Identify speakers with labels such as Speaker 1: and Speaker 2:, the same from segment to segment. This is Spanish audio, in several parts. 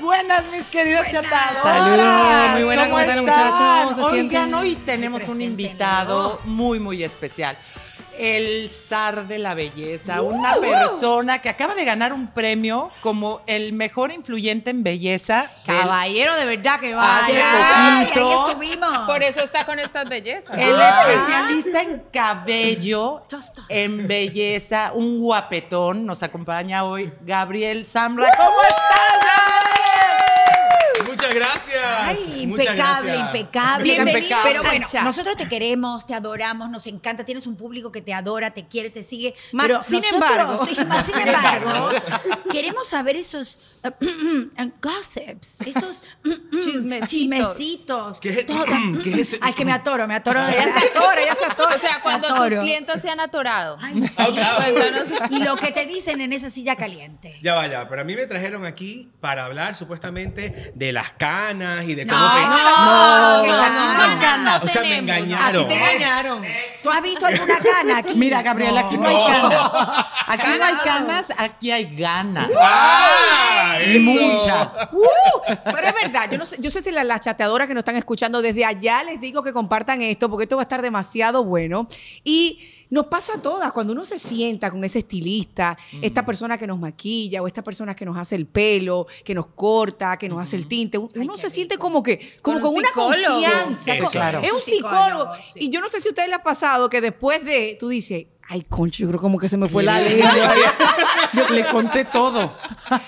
Speaker 1: Buenas, mis queridos chatados.
Speaker 2: Saludos, muy buenas, ¿cómo están, muchachos? ¿Se
Speaker 1: Oigan,
Speaker 2: sienten?
Speaker 1: hoy tenemos un
Speaker 3: Preséntenlo.
Speaker 1: invitado muy, muy especial. El zar de la belleza, una persona que acaba de ganar un premio como el mejor influyente en belleza. del-
Speaker 3: Caballero, de verdad que vaya.
Speaker 1: Hace poquito.
Speaker 3: ahí estuvimos.
Speaker 4: Por eso está con estas bellezas.
Speaker 1: El
Speaker 3: Ah.
Speaker 1: especialista en cabello,
Speaker 3: Tos, tos.
Speaker 1: en belleza, un guapetón. Nos acompaña hoy Gabriel Zambra. ¿Cómo estás, Gabriel?
Speaker 2: Muchas gracias.
Speaker 3: Ay,
Speaker 2: Muchas
Speaker 3: impecable,
Speaker 2: gracias.
Speaker 3: impecable.
Speaker 1: Bienvenido,
Speaker 3: Bienvenido. Pero bueno,
Speaker 4: Concha.
Speaker 3: nosotros te queremos, te adoramos, nos encanta. Tienes un público que te adora, te quiere, te sigue.
Speaker 4: Más
Speaker 3: pero
Speaker 4: sin
Speaker 3: nosotros-
Speaker 4: embargo.
Speaker 3: sí, más sin embargo, queremos saber esos eh, gossips, esos
Speaker 4: Chismecitos.
Speaker 3: chismecitos.
Speaker 2: ¿Qué es-
Speaker 3: Todo-
Speaker 2: qué es ese?
Speaker 3: Ay, que me atoro, me atoro de
Speaker 1: Ya se atora, ya se atora.
Speaker 4: O sea, cuando
Speaker 3: Atoro.
Speaker 4: tus clientes se han atorado.
Speaker 3: Ay, sí.
Speaker 4: Cuéntanos.
Speaker 3: Y lo que te dicen en esa silla caliente.
Speaker 5: Ya vaya, pero a mí me trajeron aquí para hablar supuestamente de las canas y de cómo...
Speaker 3: No,
Speaker 5: pe-
Speaker 3: no,
Speaker 1: no,
Speaker 3: no,
Speaker 1: no,
Speaker 4: canas
Speaker 5: O sea, me
Speaker 4: tenemos.
Speaker 5: engañaron.
Speaker 4: A ti te
Speaker 2: engañaron.
Speaker 3: ¿Tú has visto alguna cana aquí?
Speaker 1: Mira, Gabriel, aquí no, hay canas. Aquí no hay canas, aquí hay ganas.
Speaker 5: ¡Ah!
Speaker 1: Y
Speaker 5: Eso.
Speaker 1: muchas.
Speaker 6: ¡Uh! Pero es verdad, yo no sé, yo sé si las, las chateadoras que nos están escuchando desde allá les digo que compartan esto porque esto va a estar demasiado bueno. Y nos pasa a todas, cuando uno se sienta con ese estilista, esta persona que nos maquilla o esta persona que nos hace el pelo, que nos corta, que nos hace el tinte, un- uno
Speaker 3: qué
Speaker 6: se
Speaker 3: rico.
Speaker 6: siente como que como
Speaker 4: Con
Speaker 6: con
Speaker 4: un
Speaker 6: una
Speaker 4: psicólogo.
Speaker 6: confianza.
Speaker 5: Eso.
Speaker 6: con-
Speaker 1: Claro.
Speaker 6: Es un
Speaker 3: Psicólogo,
Speaker 6: psicólogo.
Speaker 3: sí.
Speaker 6: Y yo no sé si a ustedes les ha pasado que después de, tú dices, ay, concho, yo creo como que se me fue la ley.
Speaker 1: Yo le conté todo.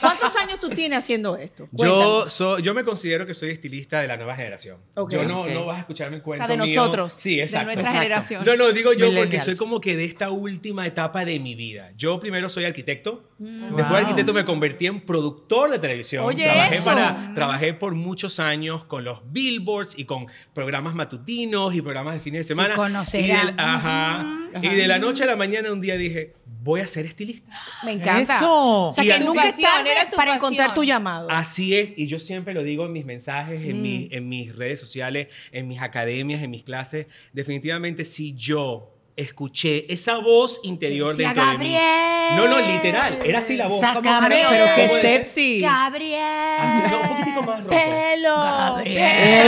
Speaker 6: ¿Cuántos años tú tienes haciendo esto?
Speaker 5: Yo, so- yo me considero que soy estilista de la nueva generación.
Speaker 6: Ok.
Speaker 5: Yo no,
Speaker 1: Ok.
Speaker 5: no vas a escucharme
Speaker 6: O
Speaker 5: cuento
Speaker 6: sea, de
Speaker 5: mío.
Speaker 6: nosotros,
Speaker 5: Sí, exacto.
Speaker 6: de nuestra
Speaker 5: Exacto.
Speaker 6: generación.
Speaker 5: No, no, digo yo porque
Speaker 1: Millennials.
Speaker 5: soy como que de esta última etapa de mi vida. Yo primero soy arquitecto. Después de arquitecto me convertí en productor de televisión.
Speaker 6: Mm, Oye,
Speaker 5: trabajé,
Speaker 6: eso. Mm.
Speaker 5: para- trabajé por muchos años con los billboards y con programas matutinos y programas de fines de semana.
Speaker 3: conocerán.
Speaker 5: Y del- ajá.
Speaker 6: Mm.
Speaker 5: Y de la noche a la mañana un día dije, voy a ser estilista.
Speaker 6: Me encanta.
Speaker 1: Eso.
Speaker 6: O sea,
Speaker 5: Y
Speaker 6: que
Speaker 5: era tu
Speaker 6: nunca es
Speaker 4: pasión,
Speaker 6: tarde
Speaker 4: era tu
Speaker 6: para encontrar
Speaker 4: pasión.
Speaker 6: tu llamado.
Speaker 5: Así es, y yo siempre lo digo en mis mensajes, en, mis,
Speaker 1: Mm.
Speaker 5: en mis redes sociales, en mis academias, en mis clases. Definitivamente, si yo escuché esa voz interior
Speaker 3: Decía,
Speaker 5: dentro de mí.
Speaker 3: "Gabriel".
Speaker 5: No, no, literal, era así la voz.
Speaker 1: Sácame,
Speaker 5: ¿Cómo-
Speaker 1: Ah, pero
Speaker 5: cómo
Speaker 1: qué
Speaker 5: es?
Speaker 6: sepsi.
Speaker 3: Gabriel.
Speaker 5: Así, no, Ah, un poquitico más ronco.
Speaker 4: Pelo.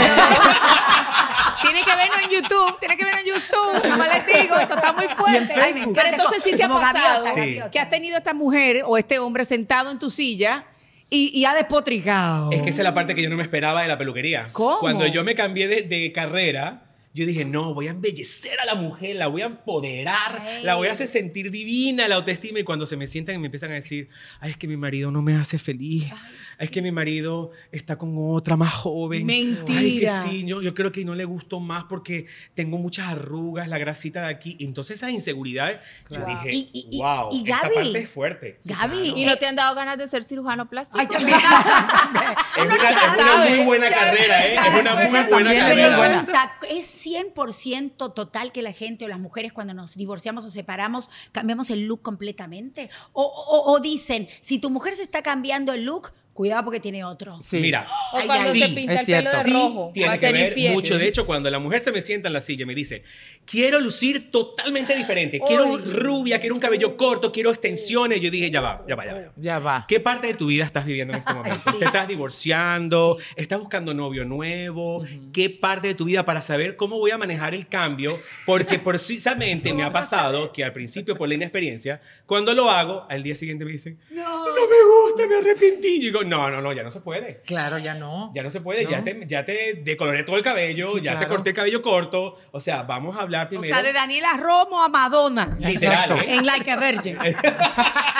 Speaker 6: Tiene que verlo en YouTube, tiene que verlo en YouTube. Nomás les digo, esto está muy fuerte.
Speaker 1: Facebook.
Speaker 6: Ay, me encanta. Pero entonces sí te ha
Speaker 3: Como gaviota,
Speaker 6: pasado
Speaker 3: gaviota.
Speaker 6: que has tenido esta mujer o este hombre sentado en tu silla y, y ha despotricado.
Speaker 5: Es que esa es la parte que yo no me esperaba de la peluquería.
Speaker 6: ¿Cómo?
Speaker 5: Cuando yo me cambié de, de carrera, yo dije, no, voy a embellecer a la mujer, la voy a empoderar, la voy a hacer sentir divina, la autoestima. Y cuando se me sientan y me empiezan a decir, ay, es que mi marido no me hace feliz. Es que mi marido está con otra más joven. Ay, que
Speaker 6: Mentira.
Speaker 5: sí, yo, yo creo que no le gusto más porque tengo muchas arrugas, la grasita de aquí. Y Entonces esas inseguridades, yo dije,
Speaker 3: Y- y- y-
Speaker 5: wow,
Speaker 3: y
Speaker 5: esta
Speaker 3: Gaby.
Speaker 5: parte es fuerte.
Speaker 3: Gaby.
Speaker 4: Y no te han dado ganas de ser cirujano plástico.
Speaker 3: eh, Ay, también.
Speaker 5: Es una, es una muy buena carrera, ¿eh? Es una muy
Speaker 1: Esa
Speaker 5: buena
Speaker 1: también es
Speaker 5: carrera.
Speaker 1: muy buena.
Speaker 3: Pregunta, ¿Es 100% total que la gente o las mujeres cuando nos divorciamos o separamos cambiamos el look completamente? O, o- o dicen, si tu mujer se está cambiando el look, cuidado porque tiene otro.
Speaker 1: Sí.
Speaker 5: Mira,
Speaker 4: O cuando
Speaker 5: sí,
Speaker 4: se pinta el
Speaker 1: es
Speaker 4: pelo de
Speaker 1: cierto.
Speaker 4: rojo. va
Speaker 5: tiene
Speaker 4: a
Speaker 5: que
Speaker 4: ser
Speaker 5: ver
Speaker 4: infiel.
Speaker 5: mucho. De hecho, cuando la mujer se me sienta en la silla y me dice, quiero lucir totalmente diferente, quiero un rubia, quiero un cabello corto, quiero extensiones, yo dije, ya va, ya va, ya va. ya va.
Speaker 1: Ya va.
Speaker 5: ¿Qué parte de tu vida estás viviendo en este momento? ¿Te estás divorciando? ¿Estás buscando novio nuevo? ¿Qué parte de tu vida para saber cómo voy a manejar el cambio? Porque precisamente me ha pasado que al principio, por la inexperiencia, cuando lo hago, al día siguiente me dicen, no, me gusta, me arrepentí. Y digo, no, no, no, ya no se puede.
Speaker 1: Claro, ya no.
Speaker 5: Ya no se puede, ya, te, ya te decoloré todo el cabello, ya te
Speaker 1: claro.
Speaker 5: corté el cabello corto. O sea, vamos a hablar
Speaker 6: O
Speaker 5: primero.
Speaker 6: sea, de Daniela Romo a Madonna.
Speaker 5: Literal,
Speaker 1: Exacto.
Speaker 5: ¿eh?
Speaker 6: En Like a Virgin. O sea,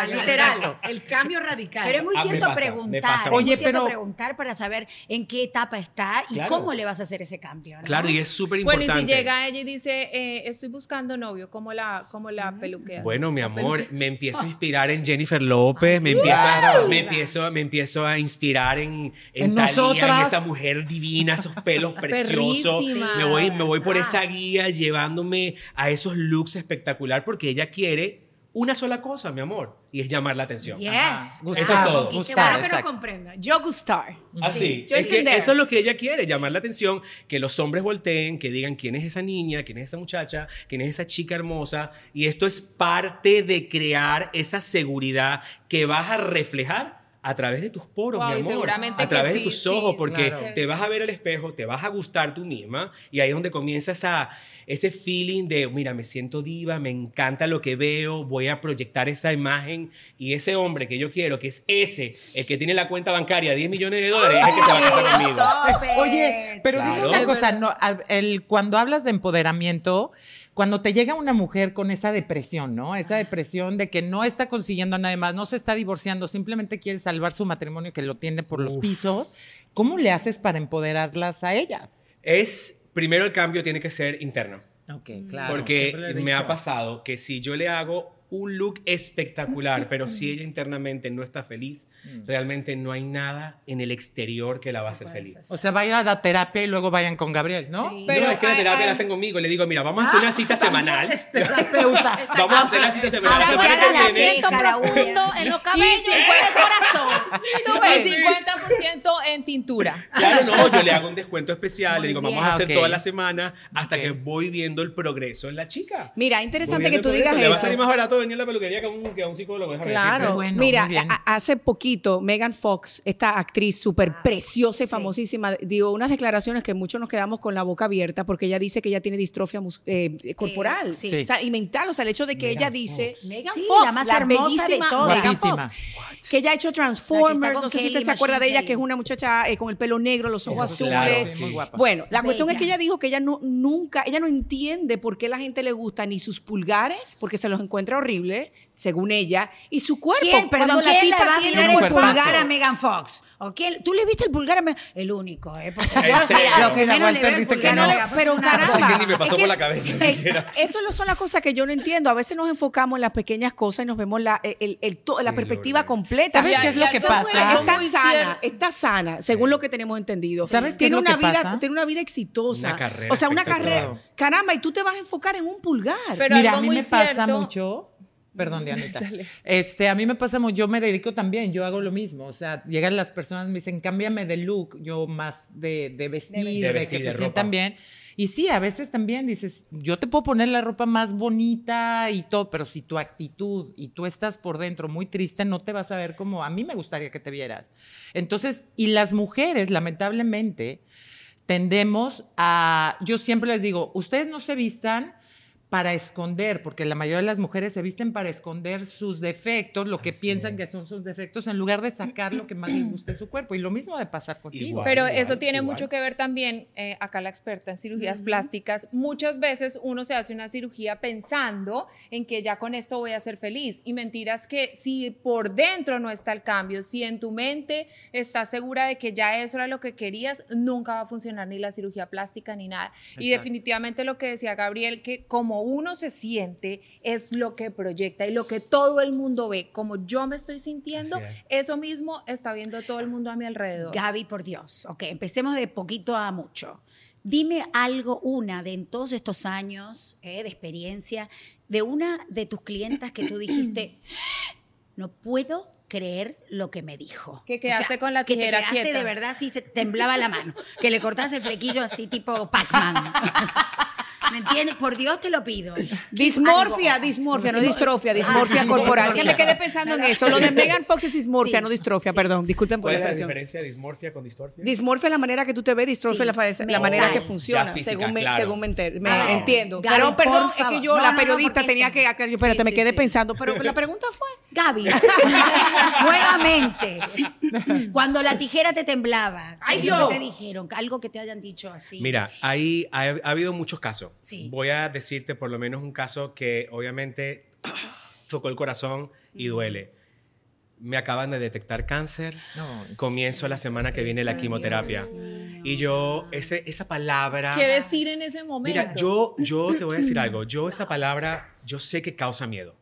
Speaker 6: Ah, literal. El cambio radical.
Speaker 3: Pero es muy
Speaker 5: Ah, me
Speaker 3: cierto
Speaker 5: pasa, me
Speaker 3: preguntar.
Speaker 5: pasa.
Speaker 3: es muy
Speaker 1: Oye,
Speaker 3: cierto
Speaker 1: pero-
Speaker 3: preguntar para saber en qué etapa está y
Speaker 5: Claro.
Speaker 3: cómo le vas a hacer ese cambio. ¿no?
Speaker 5: Claro, y es súper
Speaker 4: Bueno,
Speaker 5: importante.
Speaker 4: y si llega ella y dice, eh, estoy buscando novio, ¿cómo la, cómo la peluquea?
Speaker 5: Bueno, mi amor, me empiezo a inspirar en Jennifer López, me empiezo, a, me empiezo, me empiezo a inspirar en, en,
Speaker 1: En
Speaker 5: Thalía,
Speaker 1: nosotras.
Speaker 5: en esa mujer divina, esos pelos preciosos.
Speaker 4: Perrísima.
Speaker 5: Me voy, me voy por esa guía llevándome a esos looks espectacular porque ella quiere una sola cosa, mi amor, y es llamar la atención.
Speaker 3: Yes.
Speaker 1: Gustavo,
Speaker 5: Eso es todo.
Speaker 3: Qué
Speaker 1: Gustavo,
Speaker 3: bueno
Speaker 6: Claro que no
Speaker 1: exacto.
Speaker 6: comprenda. Yo gustar.
Speaker 5: Así,
Speaker 6: yo
Speaker 5: es que
Speaker 6: entender.
Speaker 5: eso es lo que ella quiere, llamar la atención, que los hombres volteen, que digan quién es esa niña, quién es esa muchacha, quién es esa chica hermosa. Y esto es parte de crear esa seguridad que vas a reflejar a través de tus poros,
Speaker 4: Wow,
Speaker 5: mi
Speaker 4: y
Speaker 5: amor.
Speaker 4: seguramente
Speaker 5: a través
Speaker 4: que
Speaker 5: de
Speaker 4: sí,
Speaker 5: tus
Speaker 4: sí,
Speaker 5: ojos, porque
Speaker 4: claro.
Speaker 5: te vas a ver al espejo, te vas a gustar tú misma y ahí es donde comienza esa, ese feeling de, mira, me siento diva, me encanta lo que veo, voy a proyectar esa imagen y ese hombre que yo quiero, que es ese, el que tiene la cuenta bancaria de 10 millones de dólares, es el que se va a casar conmigo.
Speaker 1: Oye, pero dime
Speaker 5: Claro.
Speaker 1: una cosa, no, a- el, cuando hablas de empoderamiento, cuando te llega una mujer con esa depresión, ¿no? Esa
Speaker 6: Ah.
Speaker 1: depresión de que no está consiguiendo nada más, no se está divorciando, simplemente quiere salvar su matrimonio que lo tiene por los pisos, ¿cómo le haces para empoderarlas a ellas?
Speaker 5: Es, primero el cambio tiene que ser interno.
Speaker 1: Ok,
Speaker 5: Porque me ha pasado que si yo le hago un look espectacular, pero si ella internamente no está feliz, realmente no hay nada en el exterior que la va a hacer feliz.
Speaker 1: O sea, vayan a la terapia y luego vayan con Gabriel, ¿no?
Speaker 3: Sí.
Speaker 5: Pero
Speaker 4: Pero
Speaker 5: no, es que la
Speaker 4: hay-
Speaker 5: terapia
Speaker 4: hay-
Speaker 5: la hacen conmigo y le digo, mira, vamos a hacer una cita semanal.
Speaker 1: Terapeuta.
Speaker 5: Vamos a hacer una cita semanal.
Speaker 3: Ahora
Speaker 5: La
Speaker 3: que
Speaker 5: semana
Speaker 3: haga
Speaker 5: que
Speaker 3: Ah, la
Speaker 5: viene-
Speaker 3: siento profundo en los cabellos y en el corazón. Tú ves.
Speaker 4: Y 50% en tintura.
Speaker 5: Claro, no, yo le hago un descuento especial, le
Speaker 3: Muy
Speaker 5: digo,
Speaker 3: bien.
Speaker 5: vamos a hacer
Speaker 1: Ok.
Speaker 5: toda la semana hasta
Speaker 1: Ok.
Speaker 5: que voy viendo el progreso en la chica.
Speaker 6: Mira, interesante
Speaker 5: Voy
Speaker 6: que
Speaker 5: viendo
Speaker 6: tú
Speaker 5: el
Speaker 6: digas
Speaker 5: progreso. Le va a
Speaker 6: eso.
Speaker 5: salir más barato venir a la peluquería que a un, que a un psicólogo. déjame decirte.
Speaker 6: Claro.
Speaker 1: Bueno,
Speaker 6: Mira,
Speaker 1: muy bien.
Speaker 6: a- a- hace poquito Megan Fox, esta actriz súper preciosa y
Speaker 3: Ah, sí.
Speaker 6: famosísima, dio unas declaraciones que muchos nos quedamos con la boca abierta porque ella dice que ella tiene distrofia mus- eh, corporal
Speaker 3: sí.
Speaker 1: Sí.
Speaker 6: O sea, y mental. O sea, el hecho de que ella dice, Megan
Speaker 3: Sí,
Speaker 6: Fox,
Speaker 3: la más hermosa
Speaker 6: hermosa
Speaker 3: de todas.
Speaker 6: Megan
Speaker 1: Guapísima.
Speaker 6: Fox, que ella ha hecho
Speaker 3: La que
Speaker 6: Transformers.
Speaker 3: está
Speaker 6: No sé
Speaker 3: con
Speaker 6: si usted
Speaker 3: Kelly,
Speaker 6: se acuerda de
Speaker 3: Machine
Speaker 6: ella, que es
Speaker 3: Kelly.
Speaker 6: una muchacha eh, con el pelo negro, los ojos azules.
Speaker 5: claro,
Speaker 1: sí, muy guapa.
Speaker 6: Bueno, la cuestión es
Speaker 3: Bella.
Speaker 6: que ella dijo que ella no, nunca, ella no entiende por qué la gente le gusta ni sus pulgares, porque se los encuentra horrible, según ella, y su cuerpo.
Speaker 3: ¿Quién,
Speaker 6: cuando
Speaker 3: perdón, quién le va a
Speaker 6: tiene
Speaker 3: mirar
Speaker 6: un
Speaker 3: el
Speaker 6: cuerpazo.
Speaker 3: pulgar a Megan Fox? ¿O quién? ¿Tú le viste el pulgar a Megan? El único, ¿eh? Porque
Speaker 5: ¿En serio?
Speaker 3: lo que
Speaker 1: Mira,
Speaker 3: menos le
Speaker 1: Walter
Speaker 3: veo el
Speaker 1: dice que
Speaker 3: pulgar
Speaker 1: no.
Speaker 3: a Megan Fox
Speaker 6: Pero
Speaker 3: es una
Speaker 6: caramba.
Speaker 5: Así
Speaker 3: cosa.
Speaker 5: que ni me pasó
Speaker 6: Es que-
Speaker 5: por la cabeza.
Speaker 6: Es-
Speaker 5: siquiera.
Speaker 6: eso lo- son las cosas que yo no entiendo. A veces nos enfocamos en las pequeñas cosas y nos vemos la, el- el- el to- la
Speaker 5: Sí,
Speaker 6: perspectiva
Speaker 5: Lorena.
Speaker 6: completa.
Speaker 1: ¿Sabes
Speaker 4: Ya,
Speaker 1: qué es
Speaker 4: ya
Speaker 1: lo que
Speaker 4: son muy-
Speaker 1: pasa?
Speaker 4: son
Speaker 6: Está
Speaker 4: muy
Speaker 6: sana,
Speaker 4: ciertas.
Speaker 6: está sana, según lo que tenemos entendido.
Speaker 1: ¿Sabes qué es
Speaker 6: tiene
Speaker 1: lo
Speaker 6: una
Speaker 1: que
Speaker 6: vida,
Speaker 1: pasa?
Speaker 6: Tiene una vida exitosa.
Speaker 5: Una carrera
Speaker 6: o sea, una
Speaker 5: espectacular.
Speaker 6: carrera. Caramba, y tú te vas a enfocar en un pulgar.
Speaker 4: Pero
Speaker 1: Mira,
Speaker 4: algo
Speaker 1: a mí
Speaker 4: muy
Speaker 1: me pasa
Speaker 4: cierto- Mm,
Speaker 1: mucho. Perdón, Dianita. Este, a mí me pasa mucho, yo me dedico también, yo hago lo mismo. O sea, llegan las personas, me dicen, cámbiame de look, yo más de, de vestir, de,
Speaker 5: vestir. De
Speaker 1: que
Speaker 5: vestir, de
Speaker 1: se
Speaker 5: ropa.
Speaker 1: sientan bien. Y sí, a veces también dices, yo te puedo poner la ropa más bonita y todo, pero si tu actitud y tú estás por dentro muy triste, no te vas a ver como a mí me gustaría que te vieras. Entonces, y las mujeres, lamentablemente, tendemos a, yo siempre les digo, ustedes no se vistan para esconder, porque la mayoría de las mujeres se visten para esconder sus defectos, lo que piensan que son sus defectos, en lugar de sacar lo que más les guste de su cuerpo. Y lo mismo de pasar contigo.
Speaker 5: Igual.
Speaker 4: Pero eso
Speaker 5: igual,
Speaker 4: tiene
Speaker 5: igual.
Speaker 4: mucho que ver también, eh, acá la experta en cirugías plásticas, muchas veces uno se hace una cirugía pensando en que ya con esto voy a ser feliz. Y mentiras que si por dentro no está el cambio, si en tu mente estás segura de que ya eso era lo que querías, nunca va a funcionar ni la cirugía plástica ni nada. Y definitivamente lo que decía Gabriel, que como uno se siente es lo que proyecta y lo que todo el mundo ve, como yo me estoy sintiendo,
Speaker 5: Así es.
Speaker 4: eso mismo está viendo todo el mundo a mi alrededor.
Speaker 3: Gaby, por Dios. Ok, empecemos de poquito a mucho. Dime algo, una de en todos estos años eh, de experiencia, de una de tus clientas que tú dijiste, no puedo creer lo que me dijo.
Speaker 4: Que quedaste con la
Speaker 3: que te
Speaker 4: tijera
Speaker 3: quedaste
Speaker 4: quieta.
Speaker 3: de verdad, sí, se temblaba la mano. Que le cortabas el flequillo así tipo Pac-Man. ¿Me entiendes? Por Dios te lo pido.
Speaker 6: Dismorfia,
Speaker 3: Algo.
Speaker 6: dismorfia, no distrofia, dismorfia corporal. Es que me quedé pensando en eso. Lo de Megan Fox es dismorfia,
Speaker 3: Sí,
Speaker 6: no distrofia, perdón. Disculpen por
Speaker 5: ¿Cuál
Speaker 6: la
Speaker 5: es la
Speaker 6: expresión.
Speaker 5: diferencia de dismorfia con distorfia?
Speaker 6: Dismorfia es la manera que tú te ves, distrofia
Speaker 3: Sí,
Speaker 6: es la, fa- la
Speaker 3: mental.
Speaker 6: manera que
Speaker 3: Ya
Speaker 6: funciona,
Speaker 5: física,
Speaker 6: según me,
Speaker 5: claro.
Speaker 6: según me, enter- me
Speaker 3: Ah.
Speaker 6: entiendo.
Speaker 3: Gaby,
Speaker 6: pero perdón,
Speaker 3: por
Speaker 6: es que
Speaker 3: favor.
Speaker 6: yo,
Speaker 3: No,
Speaker 6: la
Speaker 3: no, no,
Speaker 6: periodista,
Speaker 3: porque-
Speaker 6: tenía que... aclarar- Yo, espérate,
Speaker 3: Sí,
Speaker 6: me
Speaker 3: sí,
Speaker 6: quedé
Speaker 3: sí.
Speaker 6: pensando, pero la pregunta fue...
Speaker 3: Gaby, nuevamente, cuando la tijera te temblaba,
Speaker 6: ¡Ay,
Speaker 3: ¿qué es lo que te
Speaker 6: Dios!
Speaker 3: dijeron? Algo que te hayan dicho así.
Speaker 5: Mira, hay, ha, ha habido muchos casos.
Speaker 3: Sí.
Speaker 5: Voy a decirte por lo menos un caso que obviamente tocó el corazón y duele. Me acaban de detectar cáncer. Comienzo la semana que viene la quimioterapia. Y yo, ese, esa palabra...
Speaker 4: ¿Qué decir en ese momento?
Speaker 5: Mira, yo, yo te voy a decir algo. Yo esa palabra, yo sé que causa miedo.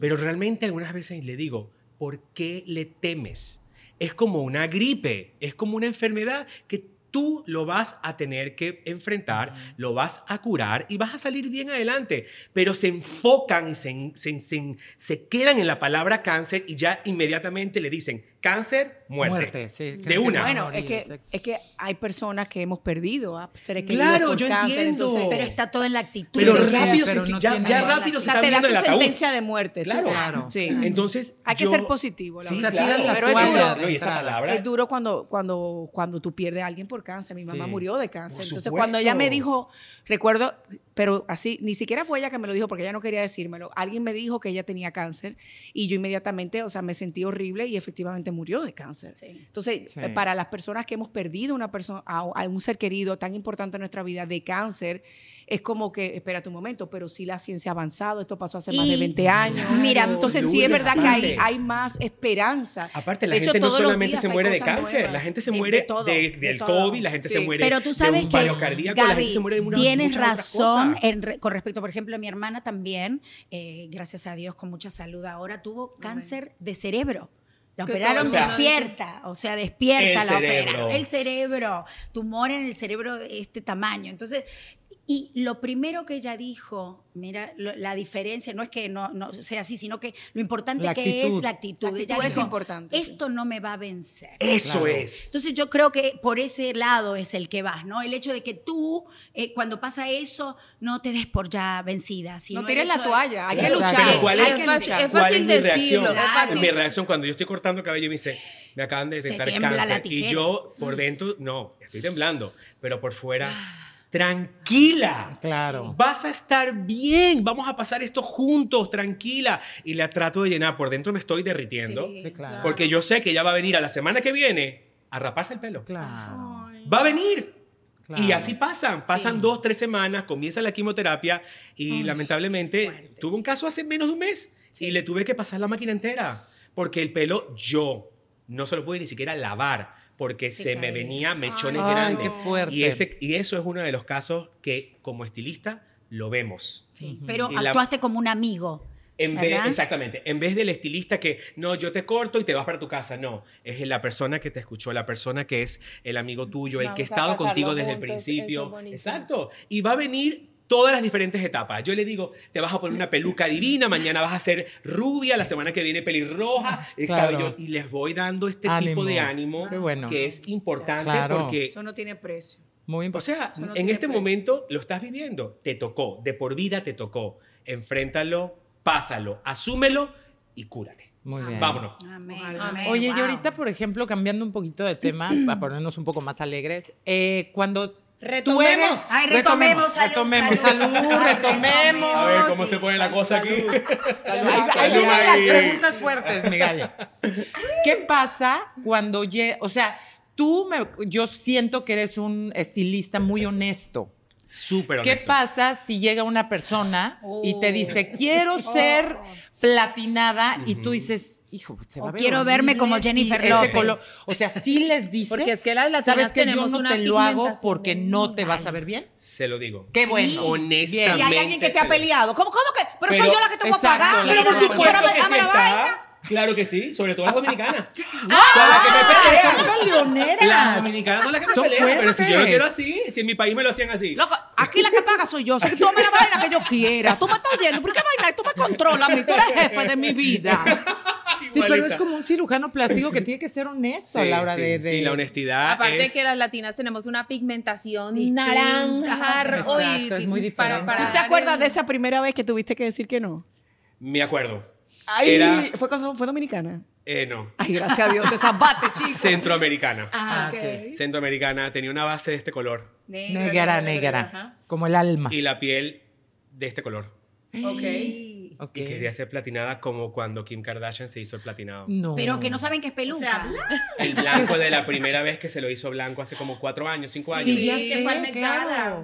Speaker 5: Pero realmente algunas veces le digo, ¿por qué le temes? Es como una gripe, es como una enfermedad que tú lo vas a tener que enfrentar, lo vas a curar y vas a salir bien adelante. Pero se enfocan y se, en- se, se, se quedan en la palabra cáncer y ya inmediatamente le dicen, Cáncer, muerte.
Speaker 1: Muerte, sí, creo
Speaker 5: De
Speaker 1: que
Speaker 5: una.
Speaker 1: es
Speaker 6: Bueno, es que,
Speaker 1: exacto.
Speaker 6: es que hay personas que hemos perdido ah, a seres queridos
Speaker 5: Claro,
Speaker 6: por
Speaker 5: yo
Speaker 6: cáncer,
Speaker 5: entiendo.
Speaker 6: entonces-
Speaker 3: Pero está todo en la actitud.
Speaker 5: Pero
Speaker 1: Pero
Speaker 5: rápido,
Speaker 1: pero
Speaker 5: se-
Speaker 1: no
Speaker 5: ya,
Speaker 1: tiene-
Speaker 5: ya rápido
Speaker 6: o
Speaker 5: se
Speaker 6: sea,
Speaker 5: está
Speaker 6: te da
Speaker 5: viendo
Speaker 6: tu
Speaker 5: el ataúd.
Speaker 6: sentencia de muerte. tú.
Speaker 5: Claro.
Speaker 1: Claro.
Speaker 6: Sí.
Speaker 5: Entonces,
Speaker 6: Hay que
Speaker 5: yo-
Speaker 6: ser positivo, la
Speaker 5: Sí,
Speaker 6: verdad.
Speaker 1: sea, tiran la
Speaker 5: claro.
Speaker 6: toalla
Speaker 5: Pero es
Speaker 6: de
Speaker 5: duro. Y esa
Speaker 1: entrada.
Speaker 5: palabra.
Speaker 6: Es duro cuando, cuando, cuando tú pierdes a alguien por cáncer. Mi mamá
Speaker 1: Sí.
Speaker 6: murió de cáncer.
Speaker 5: Por
Speaker 6: Entonces,
Speaker 5: supuesto.
Speaker 6: cuando ella me dijo, recuerdo, pero así, ni siquiera fue ella que me lo dijo porque ella no quería decírmelo. Alguien me dijo que ella tenía cáncer y yo inmediatamente, o sea, me sentí horrible y efectivamente murió de cáncer.
Speaker 3: Sí.
Speaker 6: Entonces,
Speaker 1: Sí.
Speaker 6: eh, para las personas que hemos perdido una persona, a, a un ser querido tan importante en nuestra vida de cáncer, es como que, espérate un momento, pero sí la ciencia ha avanzado, esto pasó hace más
Speaker 3: Y-
Speaker 6: de 20 años.
Speaker 3: Mira,
Speaker 6: entonces
Speaker 5: Luis,
Speaker 6: sí es verdad que hay,
Speaker 5: aparte-
Speaker 6: hay más esperanza.
Speaker 5: Aparte, la
Speaker 6: De hecho,
Speaker 5: gente no
Speaker 6: todos los
Speaker 5: solamente
Speaker 6: días
Speaker 5: se
Speaker 6: hay
Speaker 5: muere de
Speaker 6: cosas
Speaker 5: cáncer,
Speaker 6: nuevas.
Speaker 5: la gente se
Speaker 6: De- de
Speaker 5: muere
Speaker 6: todo,
Speaker 5: de-
Speaker 6: de
Speaker 5: del
Speaker 6: todo.
Speaker 5: COVID, la gente se
Speaker 6: Sí.
Speaker 5: muere
Speaker 3: Pero tú
Speaker 5: de
Speaker 3: sabes
Speaker 5: un
Speaker 3: que
Speaker 5: paro cardíaco, la gente se muere de una,
Speaker 3: tienes
Speaker 5: muchas otras
Speaker 3: razón
Speaker 5: cosas.
Speaker 3: en re- con respecto, por ejemplo, a mi hermana también, eh, gracias a Dios con mucha salud ahora, tuvo cáncer de cerebro. La
Speaker 4: Que
Speaker 3: operaron
Speaker 5: todo el mundo
Speaker 3: despierta, o sea, despierta
Speaker 5: El
Speaker 3: la
Speaker 5: cerebro.
Speaker 3: operaron. El cerebro, tumor en el cerebro de este tamaño. Entonces, y lo primero que ella dijo, mira, lo- la diferencia no es que no, no sea así, sino que lo importante
Speaker 1: La
Speaker 3: que es
Speaker 1: actitud.
Speaker 3: la actitud.
Speaker 6: La
Speaker 3: Ella
Speaker 6: actitud es
Speaker 3: dijo,
Speaker 6: importante, sí.
Speaker 3: Esto no me va a vencer.
Speaker 5: Eso
Speaker 1: Claro.
Speaker 5: es.
Speaker 3: Entonces yo creo que por ese lado es el que vas, ¿no? El hecho de que tú, eh, cuando pasa eso, no te des por ya vencida. Sino
Speaker 6: no
Speaker 3: el
Speaker 6: tires la
Speaker 3: hecho de-
Speaker 6: toalla, hay que
Speaker 1: Claro.
Speaker 6: luchar.
Speaker 5: Pero ¿cuál
Speaker 6: hay
Speaker 5: es-
Speaker 6: que
Speaker 4: fácil-
Speaker 6: luchar.
Speaker 4: es
Speaker 5: ¿Cuál es
Speaker 4: fácil
Speaker 5: mi reacción?
Speaker 4: decirlo,
Speaker 3: es fácil.
Speaker 5: Mi reacción cuando yo estoy cortando cabello y me dice, me acaban de detectar
Speaker 3: tiembla la
Speaker 5: cáncer. Y
Speaker 3: tijera.
Speaker 5: yo por dentro, no, estoy temblando, pero por fuera, tranquila.
Speaker 1: Claro.
Speaker 5: Vas a estar bien, vamos a pasar esto juntos, tranquila. Y la trato de llenar, por dentro me estoy derritiendo,
Speaker 1: Sí, claro.
Speaker 5: porque yo sé que ella va a venir a la semana que viene a raparse el pelo.
Speaker 1: Claro.
Speaker 5: Va a venir.
Speaker 1: Claro.
Speaker 5: Y así pasan, pasan dos, tres semanas, comienza la quimioterapia y lamentablemente tuve un caso hace menos de un mes y le tuve que pasar la máquina entera porque el pelo yo no se lo pude ni siquiera lavar porque se me
Speaker 3: cae.
Speaker 5: venía mechones
Speaker 1: Ay,
Speaker 5: grandes.
Speaker 1: qué fuerte.
Speaker 5: Y, ese, y eso es uno de los casos que como estilista lo vemos.
Speaker 3: Sí, Pero
Speaker 5: Y la-
Speaker 3: actuaste como un amigo.
Speaker 5: En vez,
Speaker 3: ¿verdad?
Speaker 5: exactamente, en vez del estilista que, no, yo te corto y te vas para tu casa, no, es la persona que te escuchó, la persona que es el amigo tuyo, el
Speaker 4: Vamos
Speaker 5: que ha
Speaker 4: a
Speaker 5: estado
Speaker 4: pasarlo
Speaker 5: contigo desde el
Speaker 4: juntos, eso es
Speaker 5: principio.
Speaker 4: bonito.
Speaker 5: Exacto, y va a venir todas las diferentes etapas. Yo le digo, te vas a poner una peluca divina, mañana vas a ser rubia, la semana que viene pelirroja, el
Speaker 1: Claro.
Speaker 5: cabello, y les voy dando este
Speaker 1: Ánimo.
Speaker 5: tipo de ánimo
Speaker 1: Qué bueno.
Speaker 5: que es importante
Speaker 1: Claro.
Speaker 5: porque
Speaker 6: Eso no tiene precio.
Speaker 1: Muy
Speaker 5: o
Speaker 1: importante.
Speaker 5: sea,
Speaker 6: Eso no
Speaker 5: en
Speaker 6: tiene
Speaker 5: este
Speaker 6: precio.
Speaker 5: momento lo estás viviendo, te tocó, de por vida te tocó. Enfréntalo, pásalo, asúmelo y cúrate.
Speaker 1: Muy bien.
Speaker 5: Vámonos.
Speaker 3: Amén.
Speaker 6: Ojalá.
Speaker 3: amén,
Speaker 1: Oye, y
Speaker 3: wow.
Speaker 1: ahorita, por ejemplo, cambiando un poquito de tema, para ponernos un poco más alegres, eh, cuando tú
Speaker 3: Retomemos.
Speaker 1: eres...
Speaker 3: Ay, retomemos, salud,
Speaker 1: retomemos,
Speaker 3: salud.
Speaker 1: salud,
Speaker 3: Ay,
Speaker 1: retomemos.
Speaker 3: A ver,
Speaker 5: cómo se pone la cosa aquí.
Speaker 1: Ahí- ahí
Speaker 5: Salud,
Speaker 1: vienen las
Speaker 5: Maggie.
Speaker 1: preguntas fuertes, mi galla. ¿Qué pasa cuando... lle- O sea, tú, me- yo siento que eres un estilista muy honesto.
Speaker 5: Súper
Speaker 1: ¿Qué
Speaker 5: honesto.
Speaker 1: pasa si llega una persona y te dice, quiero ser platinada? Y tú dices, hijo, se va
Speaker 3: O
Speaker 1: a ver
Speaker 3: quiero verme
Speaker 1: horrible
Speaker 3: como
Speaker 1: si
Speaker 3: Jennifer
Speaker 1: ese
Speaker 3: López".
Speaker 1: color- O sea, sí les dices.
Speaker 4: Porque es que las latinas
Speaker 1: Sabes que yo
Speaker 4: tenemos
Speaker 1: no
Speaker 4: una
Speaker 1: te lo hago
Speaker 4: pigmentación
Speaker 1: porque no te vas
Speaker 4: muy
Speaker 1: a ver bien.
Speaker 5: Se lo digo.
Speaker 1: Qué bueno.
Speaker 5: honestamente.
Speaker 6: Y hay alguien que te ha
Speaker 5: se lo-
Speaker 6: peleado. ¿Cómo, cómo que? Pero, soy
Speaker 5: Pero-
Speaker 6: yo la que te voy a
Speaker 1: exacto,
Speaker 6: pagar.
Speaker 1: la
Speaker 6: Pero
Speaker 1: que
Speaker 6: por
Speaker 1: te
Speaker 5: Por
Speaker 6: supuesto
Speaker 5: supuesto
Speaker 6: que
Speaker 5: que sí
Speaker 6: dame la
Speaker 5: está.
Speaker 6: vaina.
Speaker 5: Claro que sí, sobre todo las dominicanas. Son las que
Speaker 6: Ah.
Speaker 5: me pelean.
Speaker 1: Son peleoneras.
Speaker 5: Las dominicanas son las que me
Speaker 1: Son
Speaker 5: pelean. Pero si yo lo
Speaker 1: fuertes.
Speaker 5: quiero así, si en mi país me lo hacían así.
Speaker 6: Loco, aquí la que paga soy yo. O sea, que tome la vaina que yo quiera. Tú me estás oyendo. ¿Por qué vaina? Tú me controlas. a mí. Tú eres jefe de mi vida.
Speaker 1: Sí, pero es
Speaker 5: Igualita.
Speaker 1: como un cirujano plástico que tiene que ser honesto a
Speaker 5: Sí,
Speaker 1: la hora
Speaker 5: sí,
Speaker 1: de, de-
Speaker 5: sí, la honestidad.
Speaker 4: Aparte
Speaker 5: es-
Speaker 4: que las latinas tenemos una pigmentación
Speaker 3: Distinta.
Speaker 4: naranja,
Speaker 3: Exacto,
Speaker 4: oye,
Speaker 1: es muy
Speaker 4: di-
Speaker 1: diferente.
Speaker 6: ¿Tú te
Speaker 4: dar
Speaker 6: acuerdas
Speaker 4: el-
Speaker 6: de esa primera vez que tuviste que decir que no?
Speaker 5: Me acuerdo.
Speaker 6: Ay,
Speaker 5: Era-
Speaker 6: ¿fue, cuando- fue dominicana.
Speaker 5: Eh, no.
Speaker 6: Ay, gracias a Dios, te salvaste, chico.
Speaker 5: Centroamericana.
Speaker 1: Ah,
Speaker 6: ok.
Speaker 5: Centroamericana tenía una base de este color
Speaker 1: Negra, negra. Como el alma.
Speaker 5: y la piel de este color.
Speaker 6: Ok.
Speaker 1: Ok.
Speaker 5: Y quería ser platinada como cuando Kim Kardashian se hizo el platinado.
Speaker 1: No.
Speaker 3: Pero que no saben que es peluca.
Speaker 5: El blanco de la primera vez que se lo hizo blanco hace como cuatro años, cinco años.
Speaker 1: Sí, ya sé, claro.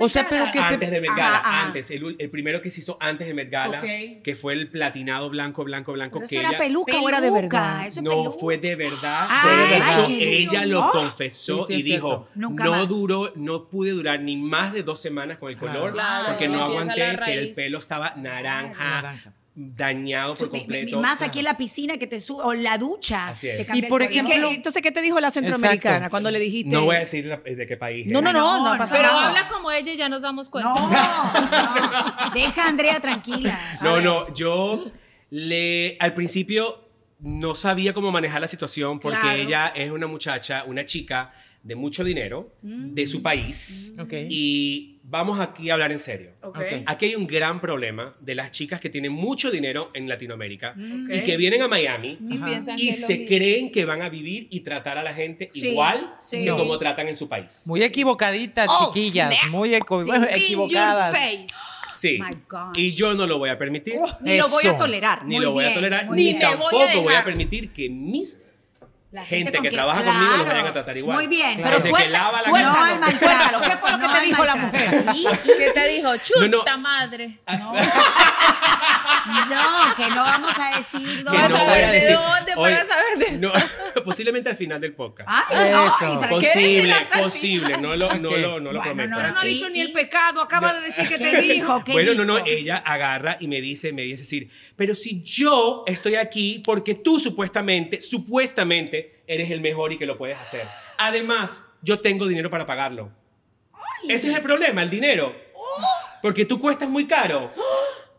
Speaker 1: O sea, pero que
Speaker 5: antes
Speaker 1: se...
Speaker 5: de Met Gala,
Speaker 6: Ajá, ajá.
Speaker 5: antes, el, ul- el primero que se hizo antes de Met Gala,
Speaker 6: Ok.
Speaker 5: que fue el platinado blanco, blanco, blanco
Speaker 3: Pero eso
Speaker 5: que
Speaker 3: era
Speaker 5: ella
Speaker 3: peluca, o era de verdad. Eso es
Speaker 5: no
Speaker 3: peluca.
Speaker 5: fue de verdad.
Speaker 3: Ay,
Speaker 5: de hecho,
Speaker 3: qué lindo.
Speaker 5: ella lo confesó
Speaker 1: Sí, sí,
Speaker 5: y
Speaker 1: es
Speaker 5: dijo,
Speaker 1: cierto.
Speaker 3: Nunca
Speaker 5: no
Speaker 3: más".
Speaker 5: duró, no pude durar ni más de dos semanas con el color
Speaker 4: Claro,
Speaker 5: porque no
Speaker 4: empieza la
Speaker 5: aguanté que
Speaker 4: raíz.
Speaker 5: el pelo estaba naranja,
Speaker 1: Naranja.
Speaker 5: dañado por
Speaker 3: Mi- mi-
Speaker 5: completo.
Speaker 3: Más aquí en la piscina que te sube, o en la ducha.
Speaker 5: Así es.
Speaker 3: te
Speaker 5: Y
Speaker 3: cambia el
Speaker 1: por
Speaker 3: color.
Speaker 6: ¿Y qué- entonces, ¿qué te dijo la centroamericana
Speaker 1: Exacto.
Speaker 6: cuando le dijiste?
Speaker 5: No voy a decir la- de qué país.
Speaker 6: No,
Speaker 5: es.
Speaker 6: no, no,
Speaker 3: No,
Speaker 6: no,
Speaker 3: no.
Speaker 6: pasa
Speaker 4: Pero
Speaker 6: nada.
Speaker 4: habla como ella y ya nos damos cuenta.
Speaker 3: No, no. Deja a Andrea tranquila. A
Speaker 5: No,
Speaker 3: ver.
Speaker 5: no, yo le al principio no sabía cómo manejar la situación porque
Speaker 3: Claro.
Speaker 5: ella es una muchacha, una chica de mucho dinero, de
Speaker 3: Mm.
Speaker 5: su país.
Speaker 1: Ok.
Speaker 5: Y vamos aquí a hablar en serio.
Speaker 6: Ok.
Speaker 1: Ok.
Speaker 5: Aquí hay un gran problema de las chicas que tienen mucho dinero en Latinoamérica
Speaker 6: Ok.
Speaker 5: y que vienen a Miami
Speaker 4: Y
Speaker 1: Ajá.
Speaker 4: piensan
Speaker 5: y
Speaker 4: que es Mm, lo
Speaker 5: se
Speaker 4: mismo.
Speaker 5: creen que van a vivir y tratar a la gente
Speaker 3: Sí,
Speaker 5: igual
Speaker 3: sí.
Speaker 5: que
Speaker 3: No.
Speaker 5: como tratan en su país.
Speaker 1: Muy equivocaditas,
Speaker 3: Oh,
Speaker 1: chiquillas.
Speaker 3: snap.
Speaker 1: Muy eco-
Speaker 4: In your
Speaker 1: equivocadas.
Speaker 4: face.
Speaker 5: Sí.
Speaker 3: My gosh. Oh,
Speaker 5: Y yo no lo voy a permitir,
Speaker 6: Ni lo voy a
Speaker 1: Eso.
Speaker 6: tolerar.
Speaker 5: ni
Speaker 3: muy
Speaker 5: lo voy a
Speaker 3: bien,
Speaker 5: tolerar,
Speaker 3: muy
Speaker 5: ni
Speaker 3: bien.
Speaker 4: Te voy a
Speaker 5: tampoco voy a,
Speaker 4: dejar.
Speaker 5: permitir que mis
Speaker 3: La
Speaker 5: gente
Speaker 3: con
Speaker 5: que
Speaker 3: quien-
Speaker 5: trabaja conmigo no me vayan a tratar igual.
Speaker 3: Muy bien,
Speaker 1: Claro.
Speaker 3: pero
Speaker 5: Desde que
Speaker 3: suelta,
Speaker 5: lava la
Speaker 3: suéltalo,
Speaker 6: cara.
Speaker 3: no, al maltrato.
Speaker 6: ¿Qué fue lo que
Speaker 3: No
Speaker 6: te
Speaker 3: al
Speaker 6: dijo la
Speaker 3: maltrato.
Speaker 4: ¿Qué te dijo? Chuta
Speaker 5: No, no.
Speaker 4: madre.
Speaker 3: No, que no vamos a decir
Speaker 5: que
Speaker 3: dónde.
Speaker 5: no voy a
Speaker 4: ¿De
Speaker 5: decir.
Speaker 4: dónde?
Speaker 5: Oye,
Speaker 4: Para saber de-
Speaker 5: no, posiblemente al final del podcast.
Speaker 3: Ay, ay,
Speaker 1: Eso.
Speaker 3: ¿para qué?
Speaker 5: posible,
Speaker 4: Quédense hasta el
Speaker 5: posible, no lo, no
Speaker 1: Ok.
Speaker 5: lo, no lo
Speaker 3: Bueno,
Speaker 5: prometo.
Speaker 6: Pero no ha
Speaker 3: Sí,
Speaker 6: dicho ni
Speaker 3: y-
Speaker 6: el pecado, acaba de decir que
Speaker 3: ¿Qué
Speaker 6: te dijo.
Speaker 3: ¿Qué
Speaker 5: bueno, no, no,
Speaker 3: dijo?
Speaker 5: ella agarra y me dice, me dice, decir, pero si yo estoy aquí porque tú supuestamente, supuestamente eres el mejor y que lo puedes hacer. Además, yo tengo dinero para pagarlo. Ese es el problema, el dinero. Porque tú cuestas muy caro.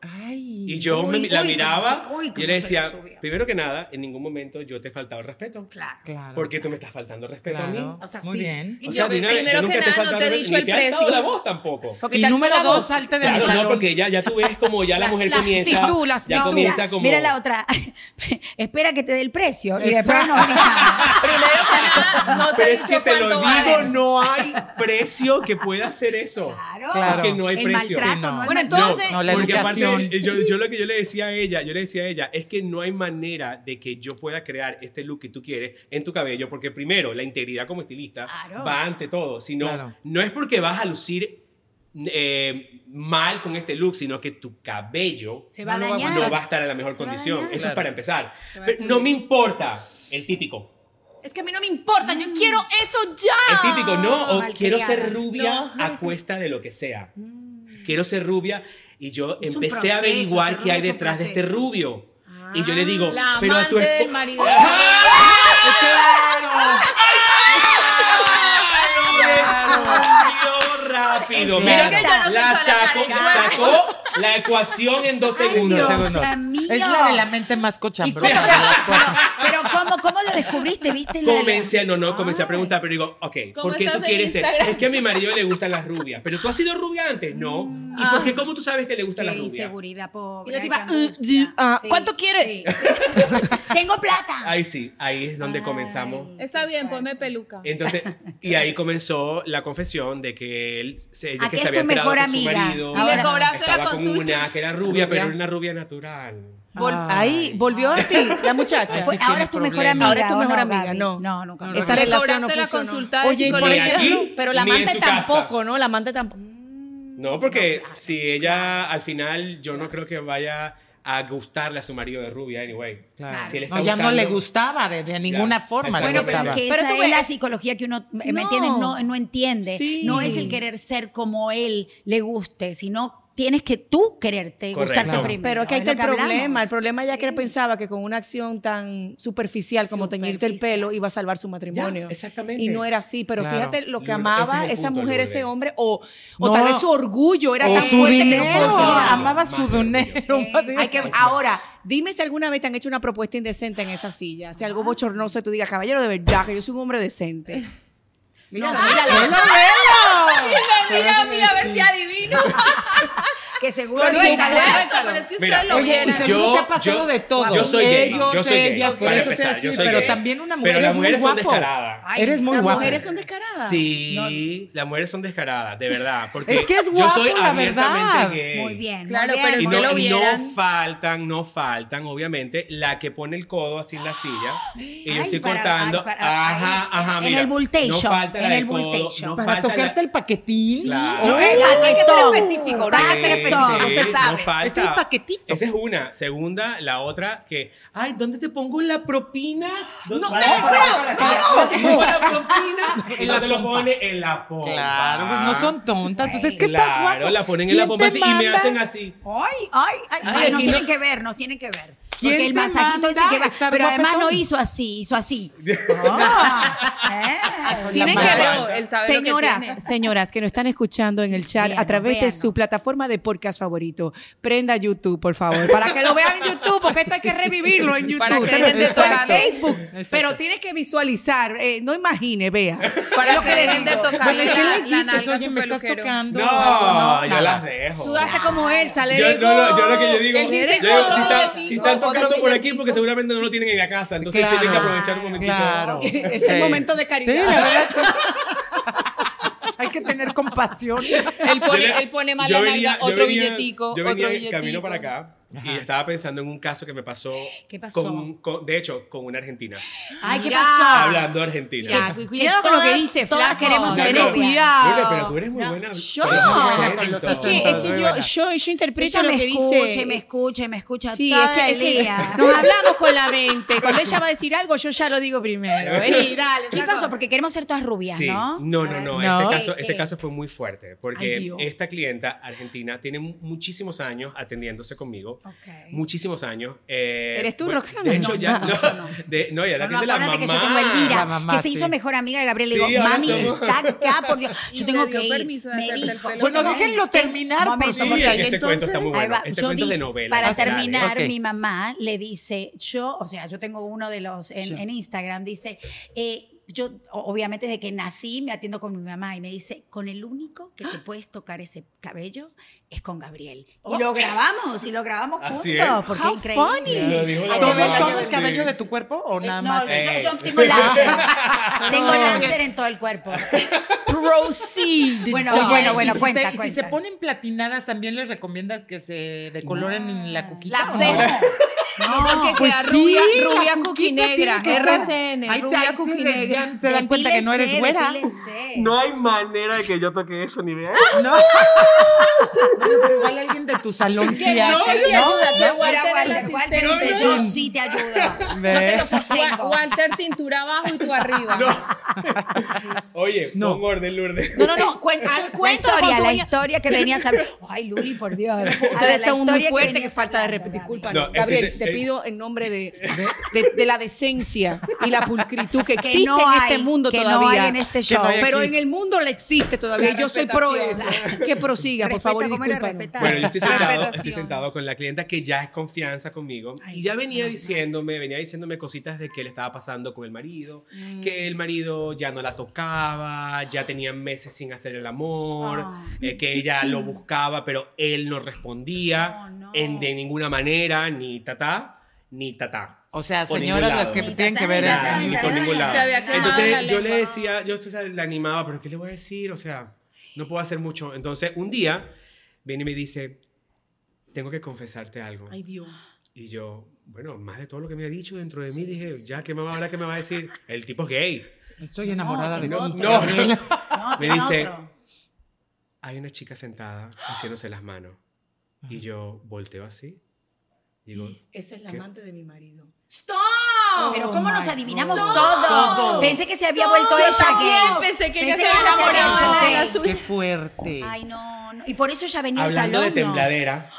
Speaker 1: Ay.
Speaker 5: Y yo
Speaker 3: Uy,
Speaker 5: me- la
Speaker 3: uy,
Speaker 5: miraba
Speaker 3: cómo se- uy,
Speaker 5: y
Speaker 3: cómo
Speaker 5: yo le
Speaker 3: se
Speaker 5: decía,
Speaker 3: le subió.
Speaker 5: primero que nada, en ningún momento yo te he faltado el respeto.
Speaker 3: Claro.
Speaker 1: Claro.
Speaker 5: Porque tú me estás faltando el respeto a mí.
Speaker 1: claro.
Speaker 6: O sea,
Speaker 1: Muy
Speaker 6: sí.
Speaker 1: bien.
Speaker 5: O sea,
Speaker 4: Yo,
Speaker 5: Dina, yo
Speaker 4: primero
Speaker 5: nunca
Speaker 4: que
Speaker 5: te he
Speaker 4: nada,
Speaker 5: faltado
Speaker 4: no te he
Speaker 5: el-
Speaker 4: dicho
Speaker 5: ni
Speaker 4: el
Speaker 5: te has dado
Speaker 4: precio.
Speaker 5: la voz tampoco.
Speaker 1: Y número dos, salte de mi
Speaker 5: Claro, no,
Speaker 1: salón.
Speaker 5: porque ya, ya tú ves como ya la
Speaker 6: Las-
Speaker 5: mujer
Speaker 6: las
Speaker 5: comienza.
Speaker 6: actitud, las-
Speaker 5: ya
Speaker 6: no.
Speaker 5: comienza
Speaker 3: Mira,
Speaker 5: como.
Speaker 3: mira la otra. Espera que te dé el precio y
Speaker 1: Exacto.
Speaker 3: después nos quejamos.
Speaker 4: Primero que nada, no te
Speaker 5: Pero
Speaker 4: he
Speaker 5: es
Speaker 4: dicho
Speaker 5: que te lo
Speaker 4: cuánto
Speaker 5: digo,
Speaker 4: vale.
Speaker 5: no hay precio que pueda hacer eso.
Speaker 3: Claro.
Speaker 1: Claro.
Speaker 5: Es que no hay
Speaker 3: el
Speaker 5: precio.
Speaker 3: maltrato,
Speaker 1: Sí,
Speaker 3: no.
Speaker 1: no.
Speaker 3: el
Speaker 6: Bueno,
Speaker 3: maltrato.
Speaker 6: entonces-
Speaker 1: No, la
Speaker 5: porque
Speaker 1: educación.
Speaker 5: aparte, eh, yo, yo lo que yo le decía a ella, yo le decía a ella, es que no hay manera de que yo pueda crear este look que tú quieres en tu cabello, porque primero, la integridad como estilista
Speaker 3: Claro.
Speaker 5: va ante todo, sino
Speaker 1: Claro.
Speaker 5: no es porque vas a lucir eh, mal con este look, sino que tu cabello
Speaker 3: se va a
Speaker 1: No lo va a
Speaker 3: dañar.
Speaker 5: no va a estar en la mejor
Speaker 3: Se va a
Speaker 5: condición.
Speaker 3: dañar.
Speaker 5: Eso es
Speaker 1: Claro.
Speaker 5: para empezar.
Speaker 6: Se va a
Speaker 5: Pero no me importa el típico.
Speaker 6: Es que a mí no me importa, yo quiero esto ya.
Speaker 5: El típico, no, o
Speaker 3: malcriada.
Speaker 5: quiero ser rubia
Speaker 4: No.
Speaker 5: a cuesta de lo que sea. Quiero ser rubia. Y yo
Speaker 6: Es un
Speaker 5: empecé a
Speaker 6: proceso, ser
Speaker 5: averiguar qué
Speaker 6: rubia
Speaker 5: hay
Speaker 6: es un
Speaker 5: detrás de este
Speaker 6: proceso.
Speaker 5: rubio. y yo le digo,
Speaker 4: Ah, La
Speaker 5: pero a tu
Speaker 4: amante del
Speaker 5: espo-
Speaker 4: marido.
Speaker 1: ¡Claro!
Speaker 5: ¡Claro! rápido!
Speaker 3: Es
Speaker 5: Mira,
Speaker 3: que yo
Speaker 4: no soy
Speaker 5: la
Speaker 4: para
Speaker 5: sacó,
Speaker 4: nada.
Speaker 5: sacó la ecuación en dos segundos.
Speaker 3: Dios.
Speaker 1: Segundo.
Speaker 3: amigo.
Speaker 1: Es la de la mente más cochambrosa. de las cuatro.
Speaker 3: Pero ¿cómo, cómo lo descubriste? ¿Viste? la-
Speaker 5: Comencé, no, no, comencé a
Speaker 3: Ay.
Speaker 5: preguntar, pero digo, ok,
Speaker 4: ¿Cómo
Speaker 5: ¿por qué
Speaker 4: estás
Speaker 5: tú
Speaker 4: en
Speaker 5: quieres ser?
Speaker 4: Instagram?
Speaker 5: Es que a mi marido le gustan las rubias, pero tú has sido rubia antes, no. ¿Y por qué, cómo tú sabes que le gustan las
Speaker 3: Qué
Speaker 5: rubias?
Speaker 3: inseguridad,
Speaker 6: Y
Speaker 3: pobre.
Speaker 6: la
Speaker 3: ay,
Speaker 6: tipa,
Speaker 3: qué
Speaker 6: "Uh,
Speaker 3: angustia".
Speaker 6: di- ah,
Speaker 3: Sí,
Speaker 6: ¿cuánto quieres?
Speaker 3: sí, sí. Tengo plata.
Speaker 5: Ahí sí, ahí es donde comenzamos.
Speaker 4: Está bien, ponme peluca.
Speaker 5: Entonces, y ahí comenzó la confesión de que él se, de
Speaker 3: Ah,
Speaker 5: que
Speaker 3: que
Speaker 5: se
Speaker 3: es
Speaker 5: había
Speaker 3: tu
Speaker 5: enterado
Speaker 3: mejor
Speaker 5: que su
Speaker 3: amiga.
Speaker 5: marido
Speaker 3: Y le
Speaker 4: cobraste la
Speaker 5: estaba con
Speaker 4: consulta.
Speaker 5: una que era rubia, pero
Speaker 1: Rubia.
Speaker 5: era una rubia natural.
Speaker 6: Vol-
Speaker 1: Ay.
Speaker 6: ahí volvió a ti la muchacha.
Speaker 1: Así
Speaker 3: Fue- ahora es tu
Speaker 1: tienes
Speaker 3: mejor
Speaker 1: problemas.
Speaker 3: amiga.
Speaker 6: Ahora es tu
Speaker 3: ¿o
Speaker 6: mejor
Speaker 3: no,
Speaker 6: amiga,
Speaker 3: Gaby?
Speaker 6: no.
Speaker 3: no, nunca.
Speaker 1: No,
Speaker 6: Esa
Speaker 4: Le
Speaker 6: relación no
Speaker 4: cobraste la
Speaker 6: funcionó.
Speaker 4: consulta de
Speaker 1: Oye, y por
Speaker 4: psicología.
Speaker 5: ella- aquí,
Speaker 6: No, pero la
Speaker 5: ni en
Speaker 6: amante
Speaker 5: su casa.
Speaker 6: tampoco, ¿no? La amante tampoco.
Speaker 5: No, porque si ella al final, yo no creo que vaya a gustarle a su marido de rubia, anyway.
Speaker 1: Claro.
Speaker 5: Si él está
Speaker 1: No, ya no
Speaker 5: buscando-
Speaker 1: le gustaba de, de ninguna
Speaker 5: Claro.
Speaker 1: forma. le
Speaker 3: Bueno, pero
Speaker 1: gustaba.
Speaker 3: que
Speaker 6: Pero
Speaker 3: esa
Speaker 6: tú
Speaker 3: es
Speaker 6: ves-
Speaker 3: la psicología que uno, ¿me
Speaker 6: No.
Speaker 3: entiendes? No, no entiende.
Speaker 6: Sí.
Speaker 3: No es el querer ser como él le guste, sino tienes que tú quererte, y
Speaker 5: Correcto.
Speaker 3: gustarte
Speaker 5: Claro.
Speaker 3: primero.
Speaker 6: Pero es que ahí
Speaker 3: Es
Speaker 6: está el
Speaker 3: lo que
Speaker 6: problema.
Speaker 3: hablamos.
Speaker 6: El problema ya que él pensaba que con una acción tan superficial como teñirte el
Speaker 3: Superficial.
Speaker 6: pelo iba a salvar su matrimonio.
Speaker 5: Ya, exactamente.
Speaker 6: Y no era así. Pero
Speaker 1: Claro.
Speaker 6: fíjate lo que
Speaker 5: Lourdes,
Speaker 6: amaba
Speaker 5: ese es el
Speaker 6: esa
Speaker 5: punto,
Speaker 6: mujer, ese
Speaker 5: Lourdes.
Speaker 6: hombre, o, o
Speaker 1: No.
Speaker 6: tal vez su orgullo era
Speaker 1: o
Speaker 6: tan
Speaker 1: su
Speaker 6: fuerte
Speaker 1: dinero.
Speaker 6: que no podía.
Speaker 1: Amaba su
Speaker 5: Más orgullo.
Speaker 1: dinero.
Speaker 3: Sí.
Speaker 1: más
Speaker 6: Hay que-
Speaker 1: dinero.
Speaker 6: ahora, dime si alguna vez te han hecho una propuesta indecente en esa silla. Si algo bochornoso y tú digas, caballero, de verdad que yo soy un hombre decente. Mira,
Speaker 1: ¡Velo, velo!
Speaker 4: Y me mira a mí a ver si adivino.
Speaker 3: Que seguro
Speaker 6: Pero
Speaker 3: sí,
Speaker 6: no,
Speaker 3: tal
Speaker 6: no,
Speaker 3: vez.
Speaker 4: Pero es que
Speaker 5: Mira,
Speaker 4: ustedes lo
Speaker 5: oye,
Speaker 1: Oye, y
Speaker 4: vieran.
Speaker 5: se-
Speaker 1: seguro
Speaker 5: Yo-
Speaker 1: te ha pasado
Speaker 5: yo-
Speaker 1: de todo. Eh,
Speaker 5: yo soy gay,
Speaker 1: Ellos,
Speaker 5: yo soy gay,
Speaker 1: ellas, por
Speaker 5: para
Speaker 1: eso te
Speaker 5: empezar, yo
Speaker 1: decía,
Speaker 5: soy
Speaker 1: Pero
Speaker 5: gay.
Speaker 1: también una mujer
Speaker 5: Pero las
Speaker 1: es muy
Speaker 5: mujeres son
Speaker 1: guapo.
Speaker 5: descaradas.
Speaker 3: Ay,
Speaker 1: Eres muy
Speaker 6: Las
Speaker 1: guapo.
Speaker 6: mujeres son descaradas.
Speaker 5: Sí, las mujeres son descaradas, de verdad. Porque
Speaker 1: Es que es
Speaker 5: yo
Speaker 1: guapo,
Speaker 5: soy
Speaker 1: la
Speaker 5: abiertamente
Speaker 1: verdad.
Speaker 5: gay.
Speaker 3: Muy bien.
Speaker 4: Claro,
Speaker 3: muy
Speaker 4: pero
Speaker 5: Y
Speaker 3: bien,
Speaker 4: es
Speaker 3: muy
Speaker 4: que
Speaker 5: no,
Speaker 4: lo
Speaker 5: y no
Speaker 4: vieran.
Speaker 5: faltan, no faltan, obviamente, la que pone el codo así en la silla. Y yo
Speaker 3: Ay,
Speaker 5: estoy
Speaker 3: para-
Speaker 5: cortando.
Speaker 3: ay, para-
Speaker 5: ajá,
Speaker 3: ahí.
Speaker 5: ajá,
Speaker 3: En
Speaker 5: mira.
Speaker 3: el voltation,
Speaker 5: No falta la
Speaker 3: en
Speaker 5: del
Speaker 3: el
Speaker 5: codo,
Speaker 3: voltation.
Speaker 5: no
Speaker 1: Para
Speaker 5: falta la-
Speaker 1: tocarte el paquetín.
Speaker 5: Claro.
Speaker 1: ¡Oh!
Speaker 5: No,
Speaker 6: hay que ser
Speaker 3: Todo.
Speaker 6: específico, no hay que ser
Speaker 5: Sí,
Speaker 6: específico, no
Speaker 5: sí,
Speaker 6: se sabe.
Speaker 5: No falta.
Speaker 1: Este es el paquetito.
Speaker 5: Esa es una. Segunda, la otra que, ay, ¿dónde te pongo la propina? ¿Dónde-
Speaker 6: No,
Speaker 5: para-
Speaker 6: no,
Speaker 5: para-
Speaker 6: no,
Speaker 5: para- para- para la propina? ¿Y dónde lo pone? En la pompa.
Speaker 1: Claro, pues no son tontas. Entonces es que estás
Speaker 5: Claro,
Speaker 1: guapo.
Speaker 5: la ponen en
Speaker 1: ¿Quién
Speaker 5: la pompa
Speaker 1: te
Speaker 5: así y me
Speaker 1: manda?
Speaker 5: hacen así.
Speaker 3: Ay, ay, ay.
Speaker 5: Ay,
Speaker 3: Ay, nos
Speaker 5: aquí
Speaker 3: tienen
Speaker 5: no-
Speaker 3: que ver, nos tienen que ver.
Speaker 1: ¿Quién
Speaker 3: Porque el
Speaker 1: te
Speaker 3: masajito ese
Speaker 1: manda
Speaker 3: que va.
Speaker 1: estar
Speaker 3: Pero además no
Speaker 1: guapetón?
Speaker 3: hizo así, hizo así. Ah, ¿eh?
Speaker 6: Tienen que
Speaker 4: mano.
Speaker 6: ver-
Speaker 4: Él sabe lo que
Speaker 6: señoras,
Speaker 4: tiene.
Speaker 6: señoras que nos están escuchando en el chat
Speaker 3: véanos,
Speaker 6: a través de su
Speaker 3: véanos.
Speaker 6: plataforma de podcast favorito, prenda YouTube, por favor, para que lo vean en YouTube, porque esto hay que revivirlo en YouTube,
Speaker 4: Para que dejen de
Speaker 6: Está en
Speaker 4: tocarlo.
Speaker 6: Facebook,
Speaker 1: Exacto.
Speaker 6: pero tienes que visualizar, eh, no imagine, vea.
Speaker 4: Para
Speaker 6: Lo
Speaker 4: que
Speaker 6: les
Speaker 4: dejen de
Speaker 6: digo.
Speaker 4: tocar.
Speaker 1: Bueno, ¿y ¿Qué
Speaker 4: la-
Speaker 1: les
Speaker 4: la
Speaker 1: dices?
Speaker 4: nalga a
Speaker 1: Oye,
Speaker 4: su
Speaker 1: me estás
Speaker 4: peluquero.
Speaker 1: tocando. o algo?
Speaker 5: No,
Speaker 1: nada.
Speaker 5: yo las dejo.
Speaker 6: Tú haces como él, sale
Speaker 5: Yo, no, no, yo lo que yo digo,
Speaker 4: Él dice
Speaker 5: yo digo,
Speaker 4: todo,
Speaker 5: si, están,
Speaker 4: le digo,
Speaker 5: si están
Speaker 4: otro
Speaker 5: tocando por aquí,
Speaker 4: billetico.
Speaker 5: porque seguramente no lo tienen en la casa, entonces
Speaker 1: Claro,
Speaker 5: tienen que aprovechar un momentito.
Speaker 1: Claro.
Speaker 6: Es
Speaker 1: Sí.
Speaker 6: el momento de caridad.
Speaker 1: Sí, la verdad. sí. Hay que tener compasión.
Speaker 4: Él
Speaker 5: Yo
Speaker 4: pone,
Speaker 5: le-
Speaker 4: él pone mal
Speaker 5: yo
Speaker 4: la
Speaker 5: venía-
Speaker 4: nalga,
Speaker 5: yo
Speaker 4: otro
Speaker 5: venía-
Speaker 4: billetico,
Speaker 5: Yo
Speaker 4: otro
Speaker 5: venía en
Speaker 4: billetico.
Speaker 5: camino para acá y estaba pensando en un caso que me pasó.
Speaker 3: ¿Qué pasó?
Speaker 5: con- con- de hecho, con una argentina.
Speaker 3: Ay, ¿qué
Speaker 6: Mira.
Speaker 3: pasó?
Speaker 5: Hablando de Argentina.
Speaker 6: Ya, Eh, cu- cuidado con lo que
Speaker 3: todas-
Speaker 6: dice,
Speaker 3: todas
Speaker 6: flaco.
Speaker 3: queremos
Speaker 5: No,
Speaker 3: tener
Speaker 5: no,
Speaker 6: cuidado.
Speaker 5: Lola, pero tú eres muy
Speaker 3: No,
Speaker 5: buena.
Speaker 3: yo.
Speaker 5: tú eres muy
Speaker 6: No,
Speaker 5: buena
Speaker 1: con los
Speaker 5: en
Speaker 6: Es
Speaker 5: todo.
Speaker 6: que, es que
Speaker 1: Muy
Speaker 6: yo,
Speaker 1: buena.
Speaker 6: yo, yo interpreto
Speaker 3: Ella
Speaker 6: lo
Speaker 3: me
Speaker 6: que
Speaker 3: escucha
Speaker 6: dice.
Speaker 3: y me escucha y me escucha
Speaker 6: Sí, es
Speaker 3: todo
Speaker 6: que, es
Speaker 3: el
Speaker 6: que
Speaker 3: día.
Speaker 6: nos hablamos con la mente. Cuando ella va a decir algo, yo ya lo digo primero. Vení, dale.
Speaker 3: ¿Qué
Speaker 6: flaco.
Speaker 3: pasó? Porque queremos ser todas rubias,
Speaker 5: Sí.
Speaker 3: ¿no?
Speaker 5: No, no,
Speaker 3: A
Speaker 5: no.
Speaker 3: ver.
Speaker 1: No.
Speaker 5: Este, caso,
Speaker 3: ¿Qué,
Speaker 5: este
Speaker 3: qué?
Speaker 5: caso fue muy fuerte porque
Speaker 3: Ay, Dios.
Speaker 5: esta clienta argentina tiene mu- muchísimos años atendiéndose conmigo.
Speaker 3: Ok.
Speaker 5: Muchísimos años. Eh,
Speaker 6: ¿Eres tú,
Speaker 5: bueno,
Speaker 6: Roxana?
Speaker 5: De hecho,
Speaker 6: No,
Speaker 5: ya.
Speaker 3: no,
Speaker 5: No,
Speaker 3: yo no.
Speaker 5: de- no, ya la
Speaker 3: Yo no,
Speaker 5: atiende la mamá.
Speaker 3: acuérdate que yo tengo a Elvira,
Speaker 1: La mamá,
Speaker 3: que se
Speaker 1: sí.
Speaker 5: sí.
Speaker 3: hizo mejor amiga de Gabriel. Le digo,
Speaker 5: Sí, ahora
Speaker 3: mami,
Speaker 5: somos-
Speaker 3: está acá, por Dios.
Speaker 4: Y
Speaker 3: Yo
Speaker 4: te
Speaker 3: tengo
Speaker 4: dio
Speaker 3: que ir.
Speaker 4: permiso de
Speaker 3: Me
Speaker 4: hacerte el
Speaker 3: dijo.
Speaker 4: pelo.
Speaker 1: Bueno,
Speaker 4: Pero-
Speaker 1: déjenlo terminar, por
Speaker 3: Momento,
Speaker 5: Sí,
Speaker 1: favor.
Speaker 5: es
Speaker 1: y
Speaker 5: que
Speaker 1: ahí
Speaker 5: este cuento está muy
Speaker 1: entonces-
Speaker 5: bueno.
Speaker 3: Ahí va.
Speaker 5: Este
Speaker 3: Yo
Speaker 5: cuento es de
Speaker 3: dije,
Speaker 5: novela.
Speaker 1: Ah,
Speaker 3: Para
Speaker 1: sí, dale,
Speaker 3: terminar,
Speaker 1: ok.
Speaker 3: mi mamá le dice, yo, o sea, yo tengo uno de los en, en Instagram, dice, eh, yo o- obviamente desde que nací me atiendo con mi mamá y me dice, con el único que te puedes tocar ese cabello es con Gabriel. Y
Speaker 6: Oh,
Speaker 3: lo
Speaker 6: yes.
Speaker 3: grabamos, y lo grabamos
Speaker 5: Así
Speaker 3: juntos,
Speaker 5: es.
Speaker 3: porque
Speaker 6: How
Speaker 3: increíble.
Speaker 6: funny.
Speaker 5: Lo dijo la
Speaker 1: ¿Todo,
Speaker 5: mamá.
Speaker 1: todo el
Speaker 5: Sí.
Speaker 1: cabello de tu cuerpo o
Speaker 3: Eh,
Speaker 1: nada
Speaker 3: no,
Speaker 1: más?
Speaker 3: yo-
Speaker 5: Eh.
Speaker 3: yo, tengo láser. tengo láser en todo el cuerpo.
Speaker 6: Proceed.
Speaker 3: Bueno,
Speaker 1: Oye,
Speaker 3: bueno,
Speaker 1: y
Speaker 3: bueno,
Speaker 1: si
Speaker 3: cuenta,
Speaker 1: te- Y si
Speaker 3: cuenta.
Speaker 1: se ponen platinadas, ¿también les recomiendas que se decoloren en la cuquita? o
Speaker 3: La
Speaker 1: no? Pues
Speaker 3: ceja.
Speaker 4: No, porque queda rubia, rubia cuquinegra, RCN,
Speaker 1: Ahí te- ahí
Speaker 4: rubia
Speaker 1: se-
Speaker 4: cuquinegra.
Speaker 1: ya se dan cuenta que no eres
Speaker 3: Depílese,
Speaker 1: güera.
Speaker 3: depílese.
Speaker 5: No hay manera de que yo toque eso ni vea.
Speaker 1: No. Bueno, pero igual alguien de tu salón sí
Speaker 4: Que no,
Speaker 1: hace,
Speaker 4: que ayuda, que
Speaker 3: Walter,
Speaker 4: Walter era el
Speaker 3: Walter
Speaker 4: asistente.
Speaker 3: dice, yo sí te ayudo. Yo te lo
Speaker 4: Wa-
Speaker 3: sostengo.
Speaker 4: Walter, tintura abajo y tú arriba.
Speaker 5: Oye,
Speaker 1: No.
Speaker 5: pon orden, Lourdes.
Speaker 3: No, no, no. cuen- al cuento
Speaker 6: historia, la
Speaker 3: historia, la historia que venías a Ay, Luli, por Dios. A ver,
Speaker 6: Ustedes
Speaker 3: la
Speaker 6: son muy
Speaker 3: historia
Speaker 6: fuertes, que
Speaker 3: venías
Speaker 6: falta de
Speaker 3: hablando,
Speaker 6: respeto.
Speaker 3: Gaby.
Speaker 6: Disculpa,
Speaker 5: No,
Speaker 6: Gabriel,
Speaker 5: entonces,
Speaker 6: te
Speaker 5: eh,
Speaker 6: pido en nombre de, de- de la decencia y la pulcritud que
Speaker 3: Que
Speaker 6: existe
Speaker 3: no
Speaker 6: en
Speaker 3: hay,
Speaker 6: este mundo
Speaker 3: que no
Speaker 6: todavía.
Speaker 3: hay en este
Speaker 6: Que
Speaker 3: show.
Speaker 6: no hay pero en el mundo la existe todavía.
Speaker 4: La
Speaker 6: Yo soy pro eso.
Speaker 4: respetación.
Speaker 6: Que prosiga, por
Speaker 3: Respeta
Speaker 6: favor, y
Speaker 3: cómo era
Speaker 6: discúlpanos.
Speaker 3: respetada.
Speaker 5: Bueno, yo estoy sentado, estoy
Speaker 4: Respetación.
Speaker 5: sentado con la clienta que ya es confianza conmigo y ya venía diciéndome, venía diciéndome cositas de que le estaba pasando con el marido,
Speaker 3: Mm.
Speaker 5: que el marido ya no la tocaba, ya tenían meses sin hacer el amor,
Speaker 3: Ah.
Speaker 5: eh, que ella lo buscaba, pero él no respondía
Speaker 3: No, no.
Speaker 5: en- de ninguna manera, ni tatá, ni tatá.
Speaker 1: O sea,
Speaker 5: Por
Speaker 1: señoras
Speaker 5: ningún
Speaker 1: las
Speaker 5: lado.
Speaker 1: que
Speaker 5: Ni
Speaker 1: tienen que ver.
Speaker 5: Nada,
Speaker 1: en-
Speaker 5: ni por ningún lado.
Speaker 4: Se había quemado la
Speaker 5: Entonces yo
Speaker 4: lengua.
Speaker 5: le decía, yo o sea, le animaba, pero ¿qué le voy a decir? O sea, no puedo hacer mucho. Entonces un día viene y me dice, tengo que confesarte algo.
Speaker 6: Ay, Dios.
Speaker 5: Y yo, bueno, más de todo lo que me ha dicho dentro de mí, dije, ya, ¿qué me va, ahora qué me va a decir? El tipo es gay.
Speaker 1: Estoy enamorada de ti.
Speaker 3: No,
Speaker 5: No,
Speaker 1: Gabriela.
Speaker 3: No,
Speaker 5: Me
Speaker 3: tiene
Speaker 5: dice-
Speaker 3: otro.
Speaker 5: Hay una chica sentada haciéndose las manos. Y yo volteo así. Digo,
Speaker 6: Esa es la
Speaker 5: ¿Qué?
Speaker 6: amante de mi marido.
Speaker 3: ¡Stop! Pero cómo nos adivinamos
Speaker 1: God.
Speaker 3: todo.
Speaker 1: Todo.
Speaker 3: Pensé que se había
Speaker 6: Todo.
Speaker 3: vuelto ella
Speaker 4: También
Speaker 3: gay.
Speaker 4: pensé que ella
Speaker 3: Pensé
Speaker 4: se
Speaker 3: que ella
Speaker 4: había
Speaker 3: se había
Speaker 4: enamorado de
Speaker 3: hecho
Speaker 4: la
Speaker 3: gay.
Speaker 1: Qué
Speaker 4: suya.
Speaker 1: fuerte.
Speaker 3: Ay, no, no. Y por eso ella venía
Speaker 5: hablando de
Speaker 3: al salón. ¿no? Ah,
Speaker 5: tembladera,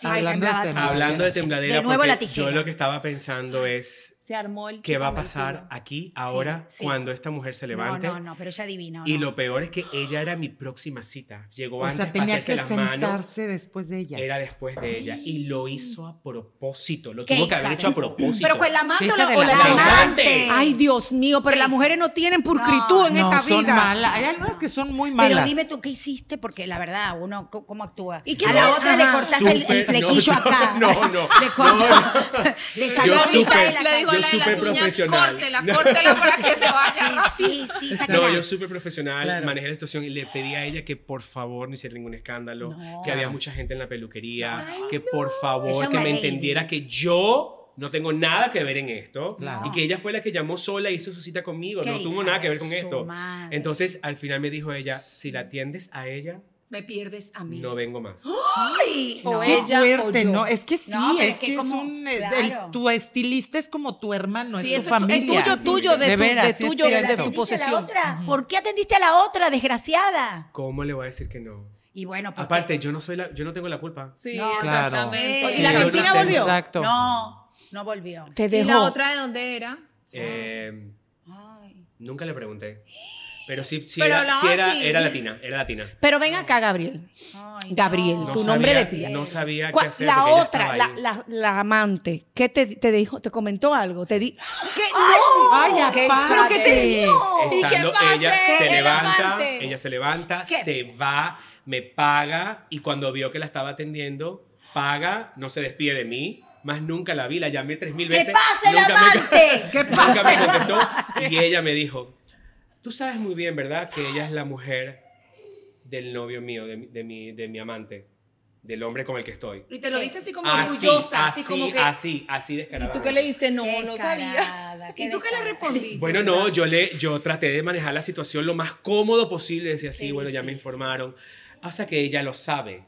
Speaker 3: Sí,
Speaker 1: Hablando de
Speaker 3: temblaba todo.
Speaker 1: tembladera.
Speaker 5: hablando de tembladera,
Speaker 3: De nuevo
Speaker 5: porque
Speaker 3: la tijera.
Speaker 5: yo lo que estaba pensando es,
Speaker 4: Se armó el
Speaker 5: ¿qué va a
Speaker 4: tipo
Speaker 5: pasar
Speaker 4: mentira.
Speaker 5: aquí, ahora,
Speaker 3: sí.
Speaker 5: cuando esta mujer se levante?
Speaker 3: No, no, no, pero ella adivina.
Speaker 5: Y
Speaker 3: ¿no?
Speaker 5: lo peor es que ella era mi próxima cita. Llegó
Speaker 1: O
Speaker 5: antes
Speaker 1: sea,
Speaker 5: para
Speaker 1: tenía
Speaker 5: hacerse
Speaker 1: que
Speaker 5: las manos.
Speaker 1: sentarse después de ella.
Speaker 5: Era después de ella. Y lo hizo a propósito. Lo
Speaker 3: ¿Qué
Speaker 5: tuvo que
Speaker 3: hija
Speaker 5: haber
Speaker 3: de-
Speaker 5: hecho a propósito.
Speaker 3: Pero con la amante
Speaker 1: Hija
Speaker 3: o la,
Speaker 1: de
Speaker 3: o
Speaker 1: la
Speaker 3: la
Speaker 1: amante.
Speaker 3: amante.
Speaker 6: Ay, Dios mío, pero las mujeres Eh, no tienen pulcritud en
Speaker 1: no,
Speaker 6: esta
Speaker 1: son
Speaker 6: vida.
Speaker 1: malas. Hay algunas que son muy malas.
Speaker 3: Pero dime tú qué hiciste, porque la verdad, uno, co- ¿cómo actúa?
Speaker 6: ¿Y qué Ah.
Speaker 3: a la
Speaker 6: tal?
Speaker 3: otra le
Speaker 6: Ajá.
Speaker 3: cortaste el- el,
Speaker 5: Súper,
Speaker 3: flequillo
Speaker 5: no,
Speaker 3: acá.
Speaker 5: no, no,
Speaker 3: Le cortaste. Le salió
Speaker 5: Yo
Speaker 3: la mitad de
Speaker 5: súper-
Speaker 3: la
Speaker 4: Le dijo
Speaker 5: Yo
Speaker 4: la de
Speaker 5: súper
Speaker 4: las uñas,
Speaker 5: profesional.
Speaker 4: córtela, córtela para que se vaya.
Speaker 3: cara. Sí, sí, sí, sácala.
Speaker 5: No, yo súper profesional,
Speaker 1: Claro.
Speaker 5: manejé la situación y le pedí a ella que por favor no hiciera ningún escándalo,
Speaker 3: No.
Speaker 5: que había mucha gente en la peluquería, que por favor
Speaker 3: Ella
Speaker 5: que
Speaker 3: una
Speaker 5: me
Speaker 3: lady.
Speaker 5: entendiera que yo no tengo nada que ver en esto
Speaker 1: Claro.
Speaker 5: y que ella fue la que llamó sola e hizo su cita conmigo,
Speaker 3: Qué
Speaker 5: no tuvo
Speaker 3: hija
Speaker 5: nada que
Speaker 3: de
Speaker 5: ver con
Speaker 3: su
Speaker 5: esto.
Speaker 3: madre.
Speaker 5: Entonces al final me dijo ella, si la atiendes a ella,
Speaker 6: Me pierdes a mí.
Speaker 5: no vengo más.
Speaker 3: Ay,
Speaker 4: O
Speaker 3: no.
Speaker 1: Qué
Speaker 4: ella
Speaker 1: fuerte,
Speaker 4: o yo.
Speaker 1: ¿no? Es que sí,
Speaker 3: No, pero
Speaker 1: es,
Speaker 3: es
Speaker 1: que,
Speaker 3: que
Speaker 1: es
Speaker 3: como-
Speaker 1: un... eh,
Speaker 3: claro.
Speaker 1: el- tu estilista es como tu hermano,
Speaker 6: Sí,
Speaker 1: es
Speaker 6: eso
Speaker 1: tu
Speaker 6: es tu- es
Speaker 1: familia.
Speaker 6: tuyo, tuyo, de tu-
Speaker 1: veras,
Speaker 6: de
Speaker 1: sí es
Speaker 6: tuyo, de
Speaker 1: cierto.
Speaker 6: tu-
Speaker 3: ¿Atendiste a la
Speaker 6: posesión.
Speaker 3: otra? ¿Por qué atendiste a la otra, desgraciada?
Speaker 5: ¿Cómo le voy a decir que no?
Speaker 3: Y bueno, porque-
Speaker 5: Aparte, yo no soy la, yo no tengo la culpa.
Speaker 4: Sí,
Speaker 3: No,
Speaker 1: claro.
Speaker 4: exactamente.
Speaker 3: Sí.
Speaker 6: ¿Y la
Speaker 1: Sí,
Speaker 6: Argentina
Speaker 1: exacto.
Speaker 6: volvió?
Speaker 1: Exacto.
Speaker 3: No. No volvió.
Speaker 6: Te
Speaker 4: ¿Y
Speaker 6: dejó.
Speaker 4: la otra de dónde era?
Speaker 5: Eh,
Speaker 3: Ay.
Speaker 5: nunca le pregunté. Pero sí, sí
Speaker 4: Pero
Speaker 5: era,
Speaker 4: hablaba
Speaker 5: sí era,
Speaker 4: así.
Speaker 5: era latina, era latina.
Speaker 6: Pero ven acá, Gabriel.
Speaker 3: Ay,
Speaker 6: Gabriel,
Speaker 3: no.
Speaker 5: No
Speaker 6: tu nombre
Speaker 5: sabía-
Speaker 6: de pila.
Speaker 5: No sabía
Speaker 6: ¿Cuál-
Speaker 5: qué hacer.
Speaker 6: la
Speaker 5: porque ella
Speaker 6: otra,
Speaker 5: estaba
Speaker 6: la,
Speaker 5: ahí.
Speaker 6: la- la amante, ¿qué te, te dijo? ¿Te comentó algo? ¿Te di ¿Qué?
Speaker 1: ¡Ay,
Speaker 6: ¡No! ¿Pero qué te
Speaker 1: apárate!
Speaker 6: dijo?
Speaker 4: ¿Y qué
Speaker 5: Estando,
Speaker 4: pase,
Speaker 5: ella se
Speaker 4: el
Speaker 5: levanta,
Speaker 4: amante?
Speaker 5: ella se levanta,
Speaker 3: ¿Qué?
Speaker 5: se va, me paga y cuando vio que la estaba atendiendo, paga, no se despide de mí, más nunca la vi, la llamé tres mil
Speaker 3: ¡Que
Speaker 5: veces.
Speaker 3: pase el
Speaker 5: nunca me-
Speaker 3: amante! ¡Que
Speaker 5: Nunca me contestó y ella me dijo, tú sabes muy bien, ¿verdad? Que ella es la mujer del novio mío, de, mi- de mi, de mi amante, del hombre con el que estoy.
Speaker 6: Y te lo dice así como
Speaker 5: Así,
Speaker 6: orgullosa, así,
Speaker 5: así,
Speaker 6: como que...
Speaker 5: así, así descarada.
Speaker 4: ¿Y tú qué le dijiste? No,
Speaker 3: Qué
Speaker 4: no sabía.
Speaker 3: descarada, qué
Speaker 6: ¿Y tú qué le
Speaker 3: descarada.
Speaker 6: respondiste?
Speaker 5: Bueno, no, yo, le, yo traté de manejar la situación lo más cómodo posible. Decía, sí,
Speaker 3: Qué
Speaker 5: bueno, ya me
Speaker 3: difícil.
Speaker 5: informaron. Hasta que ella lo sabe.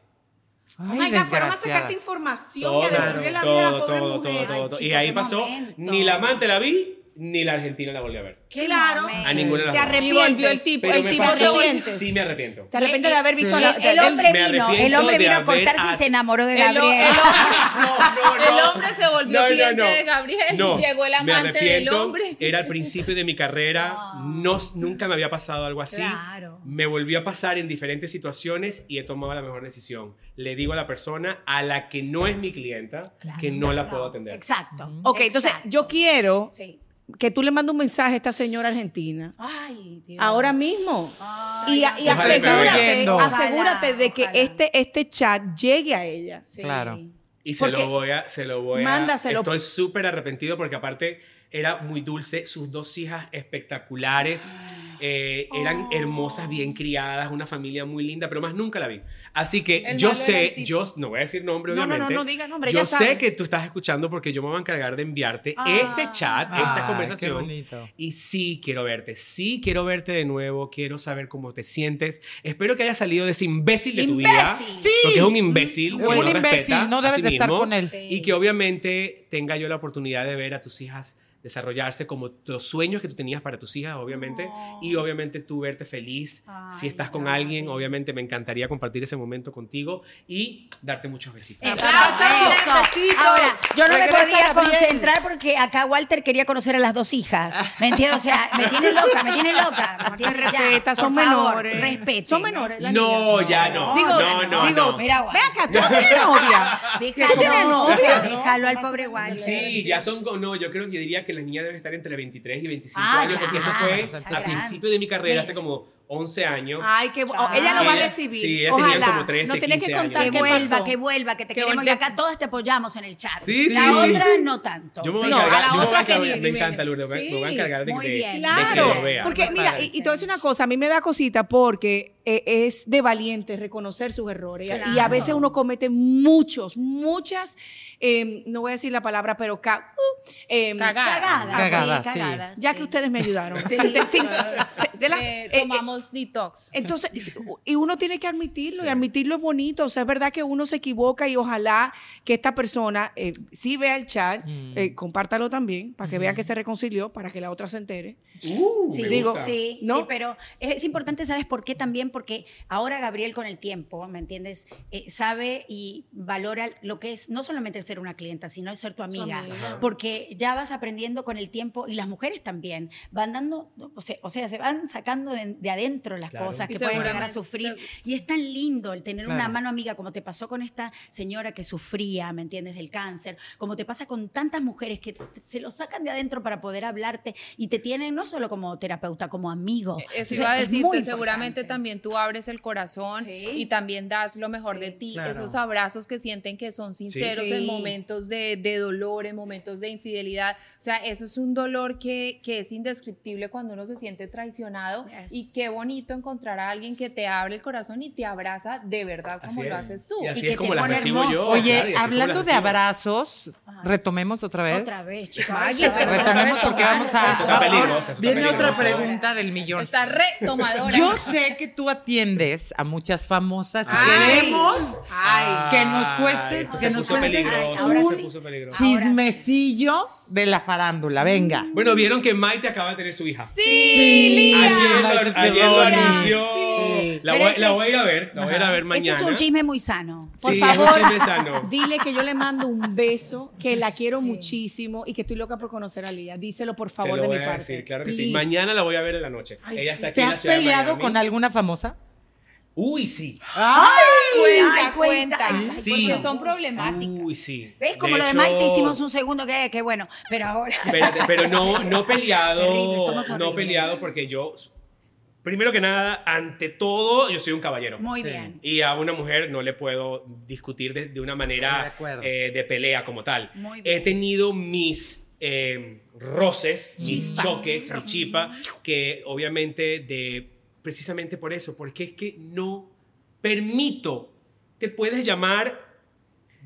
Speaker 6: Oh
Speaker 1: Ay,
Speaker 6: my God, fueron a
Speaker 1: desgraciada.
Speaker 6: sacarte información
Speaker 5: Todo,
Speaker 6: y a destruirle la vida a la
Speaker 5: todo,
Speaker 6: pobre
Speaker 5: todo,
Speaker 6: mujer.
Speaker 5: todo, todo,
Speaker 3: Ay,
Speaker 5: todo. Y
Speaker 3: chico,
Speaker 5: ahí
Speaker 3: qué
Speaker 5: pasó,
Speaker 3: momento.
Speaker 5: ni la amante la vi, ni la argentina la volví a ver.
Speaker 3: Qué
Speaker 6: Claro.
Speaker 3: momento.
Speaker 5: A ninguna de las
Speaker 6: Te
Speaker 5: dos.
Speaker 6: arrepientes.
Speaker 4: Y volvió el tipo,
Speaker 5: Pero
Speaker 4: el
Speaker 5: me
Speaker 4: tipo
Speaker 5: pasó-
Speaker 4: se volvió.
Speaker 6: arrepientes.
Speaker 5: Sí, me arrepiento.
Speaker 6: Te arrepientes de haber visto a
Speaker 3: el,
Speaker 6: la...
Speaker 3: el
Speaker 6: de-
Speaker 3: hombre
Speaker 5: Me
Speaker 3: vino, el
Speaker 5: arrepiento
Speaker 3: hombre
Speaker 5: de
Speaker 3: vino a
Speaker 5: haber
Speaker 3: contar
Speaker 5: a-
Speaker 3: si se enamoró de
Speaker 4: El, ho-
Speaker 3: Gabriel.
Speaker 4: el ho-
Speaker 5: No, no, no.
Speaker 4: el hombre se volvió cliente de Gabriel,
Speaker 5: No,
Speaker 4: llegó el
Speaker 5: me
Speaker 4: amante del
Speaker 5: arrepiento. Eh,
Speaker 4: hombre. Ah.
Speaker 5: Era al principio de mi carrera, no, nunca me había pasado algo así.
Speaker 3: Claro.
Speaker 5: Me volvió a pasar en diferentes situaciones y he tomado la mejor decisión. Le digo a la persona a la que no es mi clienta que no la puedo atender.
Speaker 3: Exacto.
Speaker 6: Ok, entonces
Speaker 3: Exacto.
Speaker 6: yo quiero
Speaker 3: Sí.
Speaker 6: que tú le mandes un mensaje a esta señora argentina.
Speaker 3: Ay, Dios.
Speaker 6: Ahora mismo.
Speaker 3: Ay,
Speaker 6: Y, a- y
Speaker 5: Dios. Ojalá y me vea.
Speaker 6: asegúrate,
Speaker 1: Ojalá,
Speaker 6: asegúrate de que
Speaker 3: ojalá.
Speaker 6: este, este chat llegue a ella.
Speaker 3: Sí.
Speaker 1: Claro.
Speaker 5: Y se
Speaker 6: Porque-
Speaker 5: lo voy a, se lo voy a.
Speaker 6: Mándaselo.
Speaker 5: Estoy súper arrepentido porque aparte era muy dulce, sus dos hijas espectaculares, eh, eran hermosas, bien criadas, una familia muy linda, pero más nunca la vi. Así que
Speaker 4: El
Speaker 5: yo
Speaker 4: malo era el
Speaker 5: sé,
Speaker 4: tipo.
Speaker 5: yo no voy a decir nombre,
Speaker 6: No, no, no,
Speaker 5: obviamente.
Speaker 6: no digas nombre,
Speaker 5: Yo
Speaker 6: ella
Speaker 5: sé
Speaker 6: sabe.
Speaker 5: que tú estás escuchando porque yo me voy a encargar de enviarte
Speaker 3: Ah.
Speaker 5: este chat,
Speaker 1: Ay,
Speaker 5: esta
Speaker 1: Qué
Speaker 5: conversación.
Speaker 1: bonito.
Speaker 5: Y sí quiero verte, sí quiero verte de nuevo, quiero saber cómo te sientes. Espero que hayas salido de ese imbécil de tu vida.
Speaker 3: Imbécil.
Speaker 1: Sí.
Speaker 5: Porque es un imbécil.
Speaker 1: Es
Speaker 5: que
Speaker 1: un
Speaker 5: no
Speaker 1: imbécil,
Speaker 5: respeta
Speaker 1: no
Speaker 5: a
Speaker 1: debes
Speaker 5: sí
Speaker 1: de estar
Speaker 5: mismo
Speaker 1: con él.
Speaker 3: Sí.
Speaker 5: Y que obviamente tenga yo la oportunidad de ver a tus hijas desarrollarse como los sueños que tú tenías para tus hijas, obviamente. Y obviamente tú verte feliz. si
Speaker 3: Ay,
Speaker 5: estás con
Speaker 3: Gaby.
Speaker 5: alguien, obviamente me encantaría compartir ese momento contigo y darte muchos besitos.
Speaker 3: Eso,
Speaker 1: Aplausos.
Speaker 3: eso. Ahora, yo no me
Speaker 1: Regresa
Speaker 3: podía
Speaker 1: Gabriel.
Speaker 3: concentrar porque acá Walter quería conocer a las dos hijas. ¿Me entiendes? O sea, me tiene loca, me tiene loca. ¿me entiendes? Ya,
Speaker 6: Respeta,
Speaker 3: por
Speaker 6: son
Speaker 3: favor,
Speaker 6: menores.
Speaker 3: respeten.
Speaker 6: Son menores. la
Speaker 5: No,
Speaker 6: niña.
Speaker 5: ya no.
Speaker 6: Digo,
Speaker 5: no, no,
Speaker 6: digo,
Speaker 5: no.
Speaker 3: Mira,
Speaker 6: Ve
Speaker 3: Walter.
Speaker 6: acá, tú no tienes novia.
Speaker 3: Déjalo,
Speaker 6: ¿Tú tienes novia?
Speaker 3: Déjalo al pobre Walter.
Speaker 5: Sí, ya son, co- no, yo creo que diría que las niñas deben estar entre 23 y 25
Speaker 3: Ah,
Speaker 5: años, porque
Speaker 3: ya,
Speaker 5: eso fue
Speaker 3: ya
Speaker 5: a
Speaker 3: grande.
Speaker 5: principio de mi carrera,
Speaker 3: Mira.
Speaker 5: hace como 11 años.
Speaker 6: Ay, qué bueno.
Speaker 3: Ay.
Speaker 6: Ella lo va a
Speaker 5: Ella-
Speaker 6: recibir.
Speaker 5: sí, ella tenía
Speaker 6: Ojalá.
Speaker 5: como 13,
Speaker 6: no tienes que
Speaker 5: 15
Speaker 6: contar
Speaker 5: años.
Speaker 3: Que
Speaker 6: qué
Speaker 3: vuelva,
Speaker 6: pasó.
Speaker 3: que vuelva, que te
Speaker 4: Que
Speaker 3: queremos y
Speaker 4: voltea-
Speaker 3: acá todas te apoyamos en el chat.
Speaker 5: Sí,
Speaker 3: la
Speaker 5: sí, sí,
Speaker 3: otra
Speaker 5: sí.
Speaker 3: no tanto.
Speaker 5: Yo me voy a
Speaker 6: No, a
Speaker 5: encargar,
Speaker 6: la
Speaker 5: yo me voy a
Speaker 6: otra que
Speaker 5: encargar-
Speaker 6: ni-
Speaker 5: me
Speaker 6: ni
Speaker 5: encanta
Speaker 6: venga.
Speaker 5: Lourdes, me- me voy a
Speaker 6: Sí,
Speaker 5: encargar de,
Speaker 3: muy
Speaker 5: de-
Speaker 3: bien.
Speaker 5: de que
Speaker 6: Claro,
Speaker 5: lo vea.
Speaker 6: porque mira, y, y te voy a decir una cosa, a mí me da cosita porque eh, es de valiente reconocer sus errores
Speaker 5: Sí.
Speaker 6: y a
Speaker 3: Claro.
Speaker 6: veces uno comete muchos, muchas, eh, no voy a decir la palabra, pero ca- uh, eh,
Speaker 4: Cagada.
Speaker 3: Cagadas,
Speaker 1: Cagadas,
Speaker 3: sí,
Speaker 1: sí.
Speaker 3: cagadas.
Speaker 6: ya
Speaker 3: sí.
Speaker 6: que ustedes me ayudaron.
Speaker 3: Sí.
Speaker 6: Te- sí, de la-
Speaker 4: Eh,
Speaker 6: eh, eh,
Speaker 4: tomamos detox.
Speaker 6: Entonces, y uno tiene que admitirlo, y admitirlo es bonito. O sea, es verdad que uno se equivoca y ojalá que esta persona eh, sí vea el chat,
Speaker 1: Mm.
Speaker 6: eh, compártalo también, para que vea que se reconcilió, para que la otra se entere.
Speaker 5: Uh,
Speaker 3: Sí,
Speaker 5: me
Speaker 6: digo,
Speaker 5: gusta.
Speaker 3: sí,
Speaker 6: ¿no?
Speaker 3: sí, pero es importante, ¿sabes por qué también? Porque ahora Gabriel con el tiempo, ¿me entiendes? Eh, sabe y valora lo que es no solamente el ser una clienta, sino el ser tu amiga,
Speaker 5: amiga.
Speaker 3: porque ya vas aprendiendo con el tiempo y las mujeres también van dando, o sea, o sea, se van sacando de, de adentro las
Speaker 5: Claro.
Speaker 3: cosas
Speaker 4: Y
Speaker 3: que pueden llegar a
Speaker 4: seguramente-
Speaker 3: sufrir. Y es tan lindo el tener una
Speaker 1: Claro.
Speaker 3: mano amiga, como te pasó con esta señora que sufría, ¿me entiendes?, del cáncer, como te pasa con tantas mujeres que t- se lo sacan de adentro para poder hablarte y te tienen no solo como terapeuta, como amigo.
Speaker 4: eh, Eso
Speaker 3: Entonces,
Speaker 4: iba a
Speaker 3: es
Speaker 4: decirte,
Speaker 3: muy importante.
Speaker 4: seguramente también tú abres el corazón
Speaker 3: Sí.
Speaker 4: y también das lo mejor de ti,
Speaker 1: Claro.
Speaker 4: esos abrazos que sienten que son sinceros
Speaker 3: Sí.
Speaker 4: en momentos de, de dolor, en momentos de infidelidad. O sea, eso es un dolor que, que es indescriptible cuando uno se siente traicionado
Speaker 3: Yes.
Speaker 4: y qué bonito encontrar a alguien que te abre el corazón y te abraza de verdad como
Speaker 5: Así
Speaker 4: lo
Speaker 5: es.
Speaker 4: haces tú.
Speaker 5: Y así
Speaker 3: que
Speaker 5: es
Speaker 3: te
Speaker 5: como las
Speaker 3: pone
Speaker 5: recibo yo.
Speaker 3: hermoso.
Speaker 1: Oye,
Speaker 5: Oh, claro, y así es como
Speaker 1: hablando
Speaker 5: las
Speaker 1: de
Speaker 5: recibo.
Speaker 1: abrazos, retomemos otra vez.
Speaker 3: Otra vez, chicos.
Speaker 4: Maggie, pero-
Speaker 1: Retomemos porque vamos a.
Speaker 5: Esto está peligroso, esto está
Speaker 1: Viene otra
Speaker 5: peligroso.
Speaker 1: pregunta del millón.
Speaker 4: Está retomadora.
Speaker 1: Yo sé que tú atiendes a muchas famosas. y
Speaker 5: Ay.
Speaker 1: Queremos
Speaker 5: Ay,
Speaker 1: que nos cuestes,
Speaker 5: esto
Speaker 1: que
Speaker 5: se
Speaker 1: nos
Speaker 5: puso
Speaker 1: cuentes
Speaker 5: peligroso,
Speaker 3: ahora
Speaker 5: esto se
Speaker 3: sí.
Speaker 5: puso peligroso.
Speaker 1: chismecillo de la farándula, venga.
Speaker 5: Bueno, vieron que Maite acaba de tener su hija.
Speaker 6: Sí,
Speaker 5: Ayer lo,
Speaker 1: Maite
Speaker 5: ayer lo
Speaker 1: Perroni.
Speaker 5: anunció. La,
Speaker 3: Pero
Speaker 5: voy,
Speaker 3: ese-
Speaker 5: la voy a ir a ver, la voy a ir a ver
Speaker 3: Ese
Speaker 5: mañana.
Speaker 3: es un chisme muy sano. Por
Speaker 5: Sí, es un
Speaker 3: favor.
Speaker 5: chisme sano.
Speaker 6: Dile que yo le mando un beso, que la quiero muchísimo y que estoy loca por conocer a Lía. Díselo, por favor,
Speaker 5: Se lo
Speaker 6: de
Speaker 5: voy
Speaker 6: mi
Speaker 5: a
Speaker 6: parte.
Speaker 5: decir, claro que sí.
Speaker 6: Please.
Speaker 5: Mañana la voy a ver en la noche. Ella está aquí
Speaker 1: ¿Te
Speaker 5: en la
Speaker 1: has
Speaker 5: ciudad de
Speaker 1: peleado
Speaker 5: Miami.
Speaker 1: con alguna famosa?
Speaker 5: Uy, sí.
Speaker 4: Cuenta,
Speaker 3: Ay, cuenta.
Speaker 4: cuenta.
Speaker 3: Ay,
Speaker 5: Sí.
Speaker 4: Porque son problemáticas.
Speaker 5: Uy, sí.
Speaker 3: ¿Ves? Como lo de
Speaker 5: hecho,
Speaker 3: Maite hicimos un segundo que, que bueno. Pero ahora.
Speaker 5: Espérate, pero no, no peleado.
Speaker 3: Terrible, somos
Speaker 5: no
Speaker 3: horribles.
Speaker 5: peleado porque yo, primero que nada, ante todo, yo soy un caballero.
Speaker 3: Muy bien.
Speaker 5: Y a una mujer no le puedo discutir de, de una manera
Speaker 1: De acuerdo.
Speaker 5: eh, de pelea como tal.
Speaker 3: Muy bien.
Speaker 5: He tenido mis eh, roces, mis
Speaker 3: Chispas.
Speaker 5: choques, mis chispas, que obviamente de precisamente por eso, porque es que no permito, te puedes llamar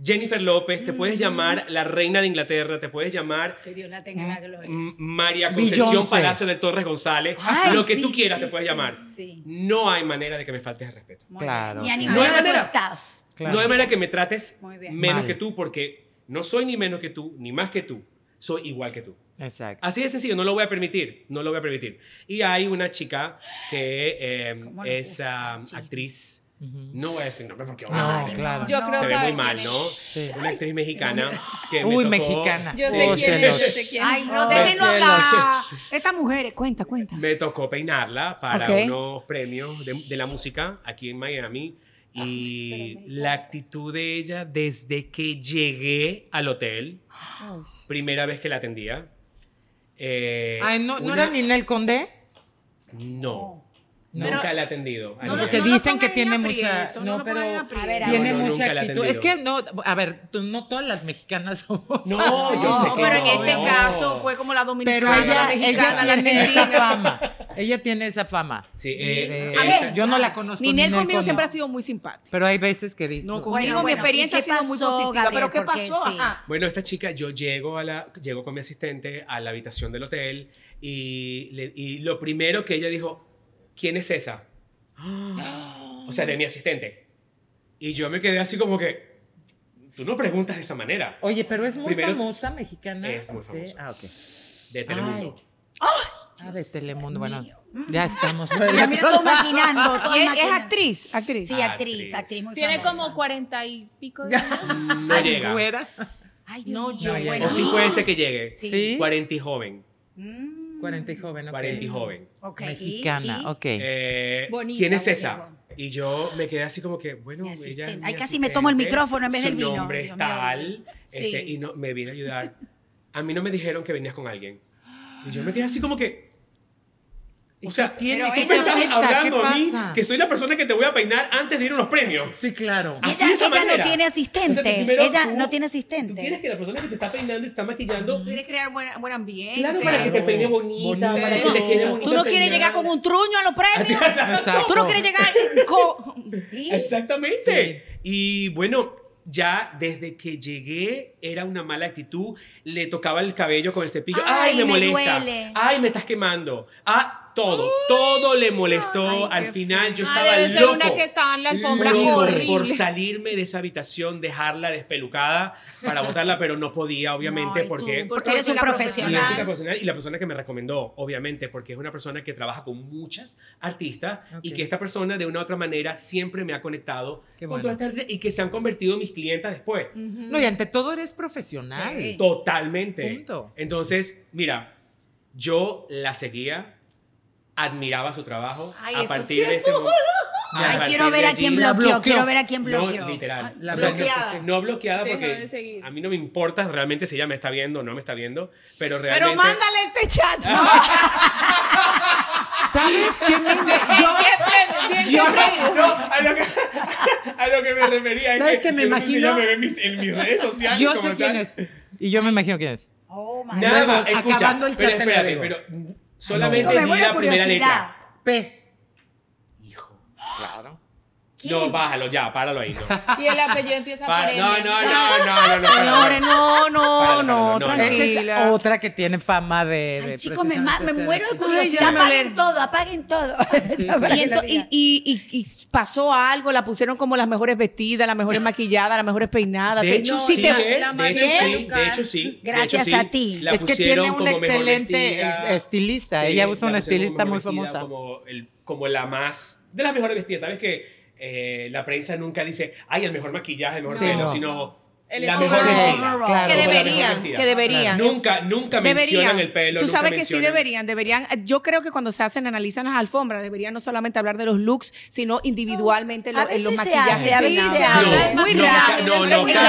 Speaker 5: Jennifer López, te puedes llamar la reina de Inglaterra, te puedes llamar
Speaker 3: Que Dios la tenga en la gloria.
Speaker 5: M- María Concepción
Speaker 1: Beyoncé.
Speaker 5: Palacio del Torres González,
Speaker 3: Ay,
Speaker 5: lo que
Speaker 3: sí,
Speaker 5: tú quieras
Speaker 3: sí,
Speaker 5: te puedes
Speaker 3: sí,
Speaker 5: llamar.
Speaker 3: sí.
Speaker 5: No hay manera de que me faltes el respeto.
Speaker 3: Muy
Speaker 1: Claro,
Speaker 3: bien.
Speaker 1: sí.
Speaker 3: Ni a
Speaker 5: No hay
Speaker 3: ninguno de tu
Speaker 5: manera.
Speaker 3: staff.
Speaker 1: Claro.
Speaker 5: No hay manera que me trates
Speaker 3: Muy bien.
Speaker 5: menos
Speaker 1: Mal.
Speaker 5: que tú, porque no soy ni menos que tú, ni más que tú. Soy igual que tú.
Speaker 1: Exacto.
Speaker 5: Así de sencillo, no lo voy a permitir, no lo voy a permitir. Y hay una chica que eh,
Speaker 3: ¿Cómo no?
Speaker 5: es
Speaker 3: Uf,
Speaker 5: ah,
Speaker 3: chica.
Speaker 5: actriz, no voy a decir nombre porque
Speaker 1: No,
Speaker 5: obviamente
Speaker 1: claro.
Speaker 4: Yo
Speaker 3: No.
Speaker 4: creo
Speaker 5: se ve
Speaker 4: saber
Speaker 5: muy mal,
Speaker 4: quién
Speaker 5: ¿no?
Speaker 4: es.
Speaker 5: Una actriz mexicana que me
Speaker 1: Uy,
Speaker 5: tocó-
Speaker 1: mexicana.
Speaker 4: Yo sé
Speaker 1: Oh,
Speaker 4: quién es,
Speaker 1: celos.
Speaker 4: yo sé quién es.
Speaker 6: Ay, no,
Speaker 1: Oh,
Speaker 6: déjenos
Speaker 1: cielos.
Speaker 6: la... Estas mujeres, cuenta, cuenta.
Speaker 5: Me tocó peinarla para
Speaker 6: Ok.
Speaker 5: unos premios de, de la música aquí en Miami.
Speaker 6: Ah,
Speaker 5: Y la actitud de ella desde que llegué al hotel, primera vez que la atendía. eh,
Speaker 1: Ay, ¿no, ¿no
Speaker 5: una-
Speaker 1: era Ninel Conde?
Speaker 5: No,
Speaker 1: No.
Speaker 5: nunca la he atendido.
Speaker 1: No,
Speaker 5: Alina.
Speaker 1: lo que
Speaker 6: lo
Speaker 1: dicen que
Speaker 6: pongan en
Speaker 1: tiene mucha-
Speaker 6: aprieto,
Speaker 1: no,
Speaker 6: lo
Speaker 1: pero-
Speaker 6: pongan en aprieto.
Speaker 3: A ver, a ver.
Speaker 1: Tiene
Speaker 5: no, nunca
Speaker 1: mucha
Speaker 5: la he
Speaker 1: actitud. Es que
Speaker 5: atendido.
Speaker 1: no, a ver, tú- no todas las mexicanas somos.
Speaker 5: No,
Speaker 1: así.
Speaker 5: yo sé
Speaker 6: No,
Speaker 5: que
Speaker 6: pero en
Speaker 5: no.
Speaker 6: este caso fue como la
Speaker 1: Pero
Speaker 6: dominicana, la
Speaker 1: ella,
Speaker 6: mexicana, la
Speaker 1: ella tiene esa
Speaker 6: argentina.
Speaker 1: fama. Ella tiene esa fama.
Speaker 5: Sí,
Speaker 1: Eh,
Speaker 5: eh, a
Speaker 3: ver.
Speaker 1: yo no la conozco.
Speaker 6: Ninel
Speaker 1: Ninel
Speaker 6: conmigo
Speaker 1: Conde.
Speaker 6: siempre ha sido muy simpática.
Speaker 1: Pero hay veces que dices.
Speaker 6: No,
Speaker 1: No,
Speaker 6: conmigo
Speaker 3: Bueno,
Speaker 6: mi
Speaker 3: bueno,
Speaker 6: experiencia
Speaker 3: ¿y
Speaker 6: ha
Speaker 3: qué
Speaker 6: sido muy
Speaker 3: pasó,
Speaker 6: positiva.
Speaker 3: Gabriel?
Speaker 6: ¿Pero qué
Speaker 3: Porque
Speaker 6: pasó?
Speaker 3: sí.
Speaker 6: Ajá.
Speaker 5: Bueno, esta chica, yo llego, a la, llego con mi asistente a la habitación del hotel y, le- y lo primero que ella dijo, ¿quién es esa? O sea, de mi asistente. Y yo me quedé así como que, tú no preguntas de esa manera,
Speaker 1: Oye, pero es muy
Speaker 5: Primero-
Speaker 1: famosa mexicana.
Speaker 5: Es muy
Speaker 1: Sí.
Speaker 5: famosa.
Speaker 1: Ah, ok.
Speaker 5: de Telemundo.
Speaker 1: Ay. Ah, de Telemundo. Bueno, ya estamos.
Speaker 3: Mira, mira, todo maquinando. todo
Speaker 6: Y es, es
Speaker 3: maquinando.
Speaker 6: actriz, actriz.
Speaker 3: Sí, actriz,
Speaker 5: Actriz.
Speaker 3: actriz muy
Speaker 4: Tiene
Speaker 3: famosa.
Speaker 4: como cuarenta y pico de años.
Speaker 5: No llega.
Speaker 1: ¿Fuera?
Speaker 3: Ay, Dios mío.
Speaker 1: yo-
Speaker 3: bueno.
Speaker 5: O sí puede ser que llegue.
Speaker 3: Sí.
Speaker 1: Sí.
Speaker 5: 40 y joven.
Speaker 3: Mm,
Speaker 1: 40 y joven. ok.
Speaker 5: 40 y joven.
Speaker 3: ok, y-
Speaker 1: Mexicana,
Speaker 3: y-
Speaker 1: ok.
Speaker 5: Eh,
Speaker 4: Bonita,
Speaker 5: ¿Quién es
Speaker 4: bonita.
Speaker 5: esa? Y yo me quedé así como que, bueno,
Speaker 3: Mi
Speaker 5: ella es
Speaker 3: asistente.
Speaker 5: mi
Speaker 3: Ay, casi me tomo el
Speaker 5: asistente,
Speaker 3: micrófono en vez
Speaker 5: su
Speaker 3: del vino,
Speaker 5: nombre es
Speaker 3: Dios mío.
Speaker 5: tal, este,
Speaker 3: Sí.
Speaker 5: y no, me vine a ayudar. A mí no me dijeron que venías con alguien. Y yo me quedé así como que,
Speaker 1: ¿Y
Speaker 5: o
Speaker 1: qué
Speaker 5: sea,
Speaker 1: tiene?
Speaker 5: ¿tú
Speaker 1: ¿Qué
Speaker 5: me
Speaker 1: te
Speaker 5: estás
Speaker 1: afecta?
Speaker 5: hablando
Speaker 1: ¿Qué
Speaker 5: a mí
Speaker 1: pasa?
Speaker 5: que soy la persona que te voy a peinar antes de ir a unos premios?
Speaker 1: Sí, claro.
Speaker 5: Así
Speaker 3: Ella-
Speaker 5: de esa
Speaker 3: ella no
Speaker 5: manera.
Speaker 3: tiene asistente.
Speaker 5: tú primero
Speaker 3: Ella no tiene asistente.
Speaker 5: Tú quieres que la persona que te está peinando y te está maquillando,
Speaker 6: Tú quieres crear buen, buen ambiente.
Speaker 5: claro, para que te
Speaker 1: Claro.
Speaker 5: peine bonita,
Speaker 1: Bonito.
Speaker 5: para que te quede
Speaker 1: Tú
Speaker 5: bonita.
Speaker 6: Tú no quieres llegar con un truño a los premios.
Speaker 1: Exacto.
Speaker 6: Tú no quieres llegar con...
Speaker 5: Exactamente. Y bueno, ya desde que llegué era una mala actitud. Le tocaba el cabello con el cepillo. Ay,
Speaker 3: Ay,
Speaker 5: me,
Speaker 3: me
Speaker 5: molesta.
Speaker 3: duele.
Speaker 5: Ay, me estás quemando. Ah, todo. todo le molestó.
Speaker 3: Ay,
Speaker 5: Al
Speaker 3: qué
Speaker 5: final yo
Speaker 4: Ah,
Speaker 5: estaba
Speaker 4: debe ser
Speaker 5: loco.
Speaker 4: una que estaba en la alfombra
Speaker 5: loco por
Speaker 4: horrible.
Speaker 5: salirme de esa habitación, dejarla despelucada para botarla, pero no podía, obviamente,
Speaker 6: No, es
Speaker 5: porque
Speaker 6: tu-
Speaker 3: Porque eres un
Speaker 6: la
Speaker 5: y la, ética
Speaker 3: profesional.
Speaker 5: profesional y la persona que me recomendó, obviamente, porque es una persona que trabaja con muchas artistas y
Speaker 1: Ok.
Speaker 5: que esta persona de una u otra manera siempre me ha conectado
Speaker 1: Qué
Speaker 5: con
Speaker 1: bueno.
Speaker 5: todas estas artistas y que se han convertido en mis clientas después.
Speaker 1: No, y ante todo eres profesional.
Speaker 3: Sí.
Speaker 5: Totalmente.
Speaker 1: Punto.
Speaker 5: Entonces, mira, yo la seguía, admiraba su trabajo.
Speaker 6: Ay,
Speaker 5: a
Speaker 6: eso
Speaker 5: partir
Speaker 6: sí.
Speaker 5: de ese momento. a
Speaker 3: Ay,
Speaker 5: partir
Speaker 3: quiero ver
Speaker 5: de
Speaker 3: a
Speaker 5: allí-
Speaker 3: quién
Speaker 1: la
Speaker 3: bloqueó,
Speaker 1: bloqueó.
Speaker 3: quiero ver a quién
Speaker 5: no,
Speaker 3: bloqueó.
Speaker 5: literal.
Speaker 1: la
Speaker 5: O sea,
Speaker 6: bloqueada.
Speaker 5: no- no bloqueada
Speaker 4: Deja
Speaker 5: porque
Speaker 4: de seguir.
Speaker 5: a mí no me importa realmente si ella me está viendo o no me está viendo, pero realmente
Speaker 6: Pero mándale este chat.
Speaker 1: ¿Sabes qué? me- yo-
Speaker 4: Bien, bien,
Speaker 5: Yo-
Speaker 4: bien.
Speaker 5: no, a lo que, a lo que me refería es
Speaker 1: ¿Sabes que me
Speaker 5: yo no sé si
Speaker 1: imagino?
Speaker 5: ya me ve en mis, en mis redes sociales.
Speaker 1: Yo
Speaker 5: como
Speaker 1: sé quién
Speaker 5: tal.
Speaker 1: es. Y yo me imagino quién es.
Speaker 3: Oh, my
Speaker 5: Nada,
Speaker 1: Luego,
Speaker 5: escucha,
Speaker 1: acabando el
Speaker 5: pero
Speaker 1: chat te lo
Speaker 5: espérate,
Speaker 1: digo.
Speaker 5: pero mm, solamente
Speaker 3: Chico, me
Speaker 5: di
Speaker 3: muero
Speaker 5: la
Speaker 3: de
Speaker 5: primera
Speaker 3: curiosidad.
Speaker 5: letra.
Speaker 1: P.
Speaker 5: Hijo.
Speaker 1: Claro.
Speaker 5: No, bájalo ya, páralo ahí. No, Pa-
Speaker 4: Y el apellido empieza por él.
Speaker 5: no, no, no, no, no,
Speaker 6: Señores, no,
Speaker 5: no, páralo.
Speaker 6: no,
Speaker 5: Para, para,
Speaker 6: no,
Speaker 5: no, no.
Speaker 1: Esa
Speaker 6: tranquila.
Speaker 1: es otra que tiene fama de.
Speaker 3: Ay,
Speaker 1: de
Speaker 3: chicos, me, ma- me
Speaker 1: precisamente
Speaker 3: muero de
Speaker 1: hacer-
Speaker 3: curiosidad.
Speaker 6: déjame
Speaker 3: Apaguen
Speaker 6: oler.
Speaker 3: todo, apaguen todo. Ya
Speaker 6: Y,
Speaker 3: apaguen
Speaker 6: ento- y- y- y- y pasó algo, la pusieron como las mejores vestidas, las mejores maquilladas, las mejores peinadas.
Speaker 5: De
Speaker 6: Te-
Speaker 5: hecho,
Speaker 6: no,
Speaker 5: sí,
Speaker 6: si
Speaker 5: ¿eh?
Speaker 6: te-
Speaker 4: la
Speaker 5: de hecho
Speaker 4: manera
Speaker 5: sí,
Speaker 4: educada.
Speaker 5: de hecho sí. de hecho
Speaker 3: Gracias
Speaker 5: sí.
Speaker 3: a ti.
Speaker 5: La
Speaker 1: es que
Speaker 5: pusieron
Speaker 1: tiene un
Speaker 5: como mejor
Speaker 1: excelente
Speaker 5: vestida.
Speaker 1: es- estilista.
Speaker 5: Sí,
Speaker 1: Ella usa
Speaker 5: la
Speaker 1: una
Speaker 5: pusieron
Speaker 1: estilista
Speaker 5: como
Speaker 1: muy
Speaker 5: mejor
Speaker 1: famosa.
Speaker 5: vestida, Como, el- como la más. De las mejores vestidas. ¿Sabes que eh, La prensa nunca dice, ay, el mejor maquillaje, el mejor
Speaker 4: No.
Speaker 5: pelo,
Speaker 1: Sí, no.
Speaker 5: sino.
Speaker 4: El
Speaker 5: la
Speaker 4: estilo.
Speaker 5: mejor
Speaker 1: Claro,
Speaker 5: vestida.
Speaker 1: claro.
Speaker 6: que
Speaker 5: Como la mejor
Speaker 6: deberían,
Speaker 5: vestida.
Speaker 6: que deberían.
Speaker 5: Nunca, nunca mencionan el pelo.
Speaker 6: Tú
Speaker 5: nunca
Speaker 6: sabes que sí
Speaker 5: mencionan-
Speaker 6: deberían, deberían. eh, Yo creo que cuando se hacen, analizan las alfombras, deberían no solamente hablar de los looks, sino individualmente
Speaker 3: No, a
Speaker 6: lo- en los
Speaker 3: veces se
Speaker 6: maquillajes.
Speaker 3: hace, a veces
Speaker 6: Sí,
Speaker 3: se
Speaker 6: no,
Speaker 3: hace.
Speaker 5: No,
Speaker 6: Muy
Speaker 5: no,
Speaker 6: raro.
Speaker 5: ca- no,
Speaker 3: En
Speaker 5: no, Carla,
Speaker 3: inglés,
Speaker 5: casi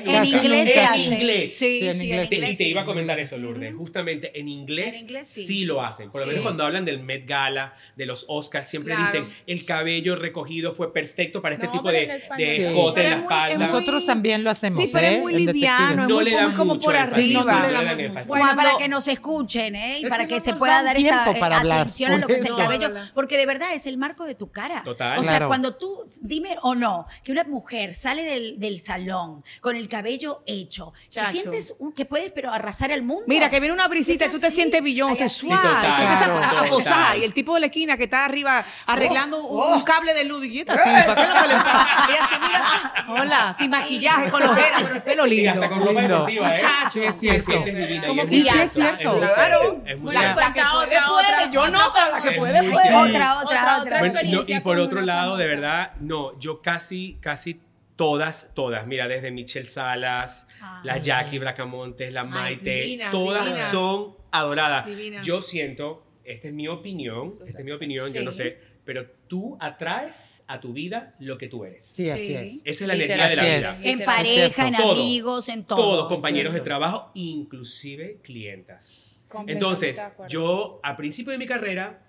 Speaker 3: en
Speaker 5: nunca.
Speaker 1: inglés se
Speaker 5: En
Speaker 3: hace.
Speaker 5: inglés.
Speaker 6: Sí,
Speaker 1: Sí, en
Speaker 6: sí,
Speaker 1: inglés.
Speaker 5: Te- y te
Speaker 3: sí.
Speaker 5: iba a comentar eso, Lourdes. Justamente en inglés,
Speaker 3: En inglés, sí.
Speaker 5: sí. lo hacen. Por lo
Speaker 6: Sí.
Speaker 5: menos cuando hablan del Met Gala, de los Oscars, siempre
Speaker 6: Claro.
Speaker 5: dicen el cabello recogido fue perfecto para este
Speaker 4: No,
Speaker 5: tipo
Speaker 4: pero
Speaker 5: de,
Speaker 4: en español.
Speaker 5: de
Speaker 1: Sí.
Speaker 5: escote
Speaker 6: Pero
Speaker 5: en la
Speaker 6: es muy- es
Speaker 5: espalda.
Speaker 6: muy-
Speaker 1: Nosotros también lo hacemos.
Speaker 6: Sí, pero
Speaker 1: ¿eh?
Speaker 6: es muy
Speaker 1: En
Speaker 6: liviano, es
Speaker 1: Detectives.
Speaker 5: No
Speaker 6: muy,
Speaker 5: le
Speaker 6: muy
Speaker 5: dan
Speaker 6: como
Speaker 5: mucho
Speaker 6: por
Speaker 5: el
Speaker 6: arriba.
Speaker 5: fascismo,
Speaker 1: no le
Speaker 5: le dan
Speaker 1: damos
Speaker 5: el
Speaker 1: mucho.
Speaker 5: fascismo.
Speaker 3: Bueno,
Speaker 6: Cuando-
Speaker 3: para que nos escuchen, ¿eh? Y
Speaker 1: Es
Speaker 3: para
Speaker 1: que
Speaker 3: que,
Speaker 1: no
Speaker 3: se
Speaker 1: nos
Speaker 3: pueda
Speaker 1: dan
Speaker 3: dar esta
Speaker 1: tiempo
Speaker 3: eh,
Speaker 1: para hablar,
Speaker 3: atención a lo
Speaker 1: por
Speaker 3: que es el
Speaker 1: eso.
Speaker 3: cabello, porque de verdad es el marco de tu cara.
Speaker 5: Total.
Speaker 3: O sea,
Speaker 1: Claro.
Speaker 3: cuando tú, dime o no, que una mujer sale del, del salón con el cabello hecho,
Speaker 6: Chacho.
Speaker 3: que sientes un- que puedes pero arrasar al mundo.
Speaker 6: Mira, que viene una brisita
Speaker 3: Es
Speaker 6: y tú te
Speaker 3: así.
Speaker 6: sientes billón,
Speaker 3: Ay,
Speaker 6: sexual.
Speaker 5: sí, total,
Speaker 6: y empiezas a- a,
Speaker 5: total.
Speaker 6: posar. Y el tipo de la esquina que está arriba arreglando
Speaker 3: Oh,
Speaker 6: un- un cable de luz. Y esta tipa, ¿qué es lo que le pasa? Y así, mira, hola, sin maquillaje, con ojeras, pero el pelo
Speaker 5: Y
Speaker 6: lindo.
Speaker 5: hasta con ropa
Speaker 1: lindo.
Speaker 5: deportiva, ¿eh?
Speaker 6: Muchacho,
Speaker 1: Sí, es
Speaker 5: Te
Speaker 1: cierto.
Speaker 5: sientes divina y
Speaker 1: ¿Cómo
Speaker 5: es
Speaker 1: que
Speaker 5: muy
Speaker 1: sí es
Speaker 5: cierto,
Speaker 1: cierto?
Speaker 5: es muy
Speaker 6: Claro.
Speaker 5: cierto, Es muy
Speaker 4: Bueno,
Speaker 5: cierto.
Speaker 4: cuenta
Speaker 6: que puede, puede,
Speaker 4: otra, otra,
Speaker 6: yo
Speaker 4: otra
Speaker 6: no, pero la
Speaker 4: famosa.
Speaker 6: que puede,
Speaker 5: Es muy
Speaker 6: puede. Pues,
Speaker 5: cierto.
Speaker 3: Otra, otra,
Speaker 4: Otra,
Speaker 3: otra.
Speaker 4: otra.
Speaker 5: Bueno, no, y
Speaker 4: experiencia
Speaker 5: por
Speaker 4: con
Speaker 5: otro
Speaker 4: una
Speaker 5: lado, de
Speaker 4: famosa.
Speaker 5: verdad, no, yo casi, casi todas, todas, mira, desde Michelle Salas,
Speaker 3: Ah.
Speaker 5: la Jackie Bracamontes, la Maite,
Speaker 6: divinas,
Speaker 5: todas
Speaker 6: divinas.
Speaker 5: son adoradas.
Speaker 6: Divinas.
Speaker 5: Yo siento, esta es mi opinión, esta es mi opinión, yo no
Speaker 3: Sí.
Speaker 5: sé, pero tú atraes a tu vida lo que tú eres.
Speaker 1: Sí,
Speaker 3: Sí.
Speaker 1: así es.
Speaker 5: Esa es la
Speaker 4: Literal.
Speaker 5: energía de la
Speaker 1: Así
Speaker 5: vida.
Speaker 1: es.
Speaker 3: en
Speaker 4: Literal.
Speaker 3: pareja, en
Speaker 5: Todo.
Speaker 3: amigos, en todo.
Speaker 5: Todos, compañeros de
Speaker 1: Cierto.
Speaker 5: trabajo, inclusive clientas.
Speaker 4: Completamente
Speaker 5: Entonces,
Speaker 4: de acuerdo.
Speaker 5: yo a principio de mi carrera,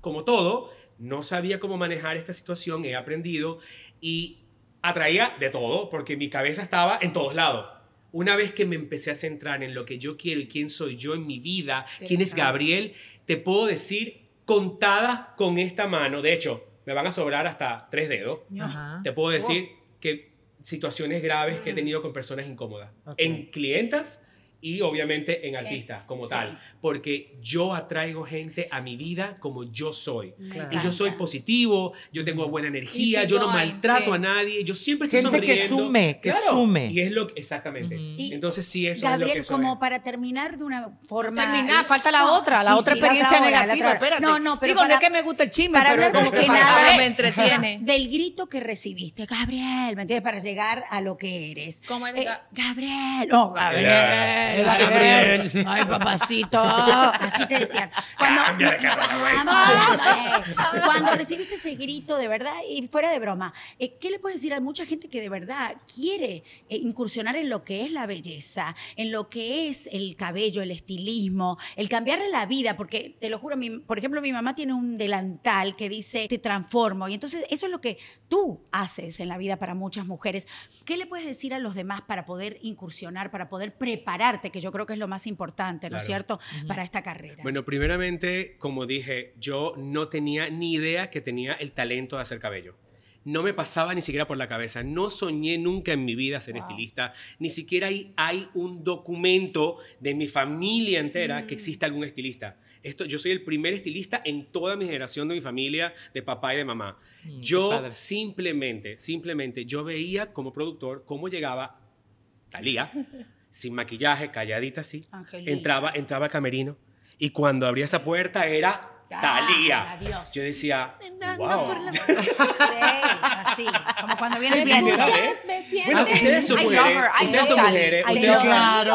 Speaker 5: como todo, no sabía cómo manejar esta situación, he aprendido y atraía de todo porque mi cabeza estaba en todos lados. Una vez que me empecé a centrar en lo que yo quiero y quién soy yo en mi vida, quién es Gabriel, te puedo decir contadas con esta mano. De hecho, me van a sobrar hasta tres dedos.
Speaker 1: Ajá.
Speaker 5: Te puedo decir que situaciones graves que he tenido con personas incómodas.
Speaker 1: Ok.
Speaker 5: En clientas y obviamente en artistas como
Speaker 3: sí.
Speaker 5: tal. Porque yo atraigo gente a mi vida como yo soy.
Speaker 1: Claro.
Speaker 5: Y yo soy positivo, yo tengo buena energía,
Speaker 4: Y
Speaker 5: yo no
Speaker 4: fine,
Speaker 5: maltrato
Speaker 4: sí.
Speaker 5: a nadie, yo siempre estoy
Speaker 1: Gente que
Speaker 5: sonriendo.
Speaker 1: sume, que sume.
Speaker 5: Y es lo que, exactamente.
Speaker 1: Ujú.
Speaker 3: Y-
Speaker 5: Entonces sí, eso es
Speaker 3: Gabriel,
Speaker 5: lo que soy.
Speaker 3: como para terminar de una forma.
Speaker 6: Terminar, falta la otra, la
Speaker 3: Sí,
Speaker 6: otra
Speaker 3: sí,
Speaker 6: experiencia
Speaker 3: otra hora, la
Speaker 6: negativa.
Speaker 3: otra hora.
Speaker 6: Espérate.
Speaker 3: No, no, pero
Speaker 6: Digo, no
Speaker 3: para-
Speaker 6: es que me gusta el chisme,
Speaker 3: para
Speaker 6: pero
Speaker 3: hablar como que
Speaker 6: para
Speaker 3: nada.
Speaker 6: saber.
Speaker 4: Pero me entretiene.
Speaker 3: Del grito que recibiste, Gabriel, ¿me entiendes? Para llegar a lo que eres. Eh,
Speaker 4: ¿Cómo eres, Ga-
Speaker 3: Gabriel, oh, Gabriel,
Speaker 5: Gabriel,
Speaker 3: Gabriel. Ay, papacito. Así te decían. Cuando,
Speaker 5: Cambia de cara, güey.
Speaker 3: Vamos, eh. Cuando recibiste ese grito, de verdad, y fuera de broma, eh, ¿qué le puedes decir a mucha gente que de verdad quiere eh, incursionar en lo que es la belleza, en lo que es el cabello, el estilismo, el cambiarle la vida? Porque te lo juro, mi- por ejemplo, mi mamá tiene un delantal que dice te transformo. Y entonces eso es lo que tú haces en la vida para muchas mujeres. ¿Qué le puedes decir a los demás para poder incursionar, para poder prepararte, que yo creo que es lo más importante, ¿no es
Speaker 5: Claro.
Speaker 3: cierto?, para esta carrera.
Speaker 5: Bueno, primeramente, como dije, yo no tenía ni idea que tenía el talento de hacer cabello. No me pasaba ni siquiera por la cabeza. No soñé nunca en mi vida ser estilista. Ni siquiera hay, hay un documento de mi familia entera
Speaker 1: Mm.
Speaker 5: que exista algún estilista. Esto, yo soy el primer estilista en toda mi generación de mi familia, de papá y de mamá.
Speaker 1: Mm, qué
Speaker 5: yo
Speaker 1: padre.
Speaker 5: simplemente, simplemente, yo veía como productor cómo llegaba Talía, sin maquillaje, calladita así,
Speaker 3: Angelina.
Speaker 5: entraba, entraba al camerino y cuando abría esa puerta era
Speaker 3: Ah, la
Speaker 5: Talía.
Speaker 3: diosa.
Speaker 5: Yo decía,
Speaker 6: Andando
Speaker 5: wow.
Speaker 6: por la-
Speaker 3: Sí, así, como cuando viene el
Speaker 4: Me
Speaker 5: Bien,
Speaker 3: piano.
Speaker 5: escucha.
Speaker 4: escuchas, me
Speaker 5: Bueno,
Speaker 4: sientes.
Speaker 5: ustedes son
Speaker 6: I love
Speaker 5: mujeres,
Speaker 6: her, I
Speaker 5: ustedes
Speaker 6: love
Speaker 5: son
Speaker 6: Talía.
Speaker 5: mujeres,
Speaker 3: I
Speaker 5: ustedes,
Speaker 3: love her.
Speaker 5: sí,
Speaker 1: Claro.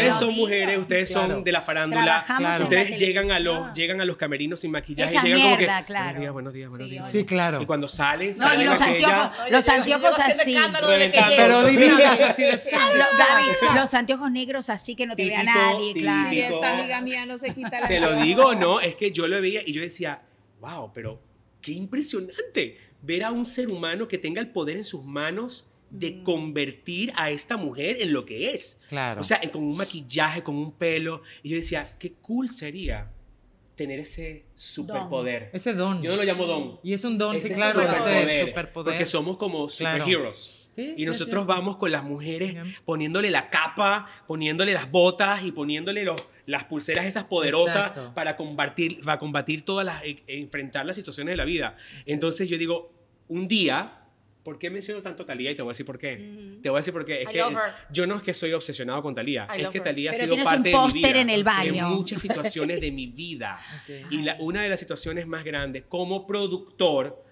Speaker 5: ustedes son
Speaker 3: Claro.
Speaker 5: mujeres, ustedes
Speaker 1: Claro.
Speaker 5: son de la farándula.
Speaker 3: Trabajamos
Speaker 1: Claro.
Speaker 3: en la
Speaker 5: Ustedes llegan a los
Speaker 3: televisión.
Speaker 5: llegan a los camerinos sin maquillaje,
Speaker 3: Hecha
Speaker 5: y llegan como que
Speaker 3: mierda, claro.
Speaker 5: buenos días, buenos días, buenos
Speaker 3: Sí,
Speaker 5: días.
Speaker 3: oye.
Speaker 1: Sí, claro.
Speaker 5: Y cuando salen,
Speaker 3: No, y
Speaker 5: salen
Speaker 3: los
Speaker 5: aquella-
Speaker 3: anteojos, los
Speaker 6: Oye,
Speaker 3: anteojos
Speaker 6: yo haciendo
Speaker 3: así.
Speaker 6: escándalo desde que
Speaker 5: Reventando.
Speaker 6: llego.
Speaker 1: Pero divinas, así de
Speaker 3: Los- Gaby, los anteojos negros así que no te vea
Speaker 5: Típico,
Speaker 3: nadie, claro.
Speaker 4: Y
Speaker 5: típico.
Speaker 4: esta amiga mía no se quita la
Speaker 5: Te lo
Speaker 4: cara.
Speaker 5: digo, no, es que yo lo veía y yo decía, wow, pero qué impresionante ver a un ser humano que tenga el poder en sus manos de convertir a esta mujer en lo que es.
Speaker 1: Claro.
Speaker 5: O sea, en- con un maquillaje, con un pelo. Y yo decía, qué cool sería tener ese superpoder.
Speaker 1: Ese don.
Speaker 5: Yo no lo llamo don.
Speaker 1: Y es un don,
Speaker 5: Ese
Speaker 1: sí, claro, ese
Speaker 5: superpoder,
Speaker 1: superpoder.
Speaker 5: Porque somos como
Speaker 1: Claro.
Speaker 5: superheroes.
Speaker 1: Sí, sí,
Speaker 5: y nosotros
Speaker 1: sí.
Speaker 5: vamos con las mujeres
Speaker 1: Bien.
Speaker 5: poniéndole la capa, poniéndole las botas y poniéndole los, las pulseras esas poderosas
Speaker 1: Exacto.
Speaker 5: para combatir, para combatir todas las, e- e enfrentar las situaciones de la vida. Entonces yo digo, un día, ¿por qué menciono tanto Talía? Y te voy a decir por qué. Te voy a decir por qué. Es
Speaker 6: I
Speaker 5: que
Speaker 6: love her.
Speaker 5: yo no es que soy obsesionado con Talía,
Speaker 6: I
Speaker 5: es
Speaker 6: love
Speaker 5: que
Speaker 6: her.
Speaker 5: Talía ha
Speaker 3: Pero
Speaker 5: sido
Speaker 3: tienes un
Speaker 5: parte de mi
Speaker 3: póster
Speaker 5: vida,
Speaker 3: en el baño.
Speaker 5: De muchas situaciones de mi vida.
Speaker 1: Ok.
Speaker 5: Y la- una de las situaciones más grandes, como productor,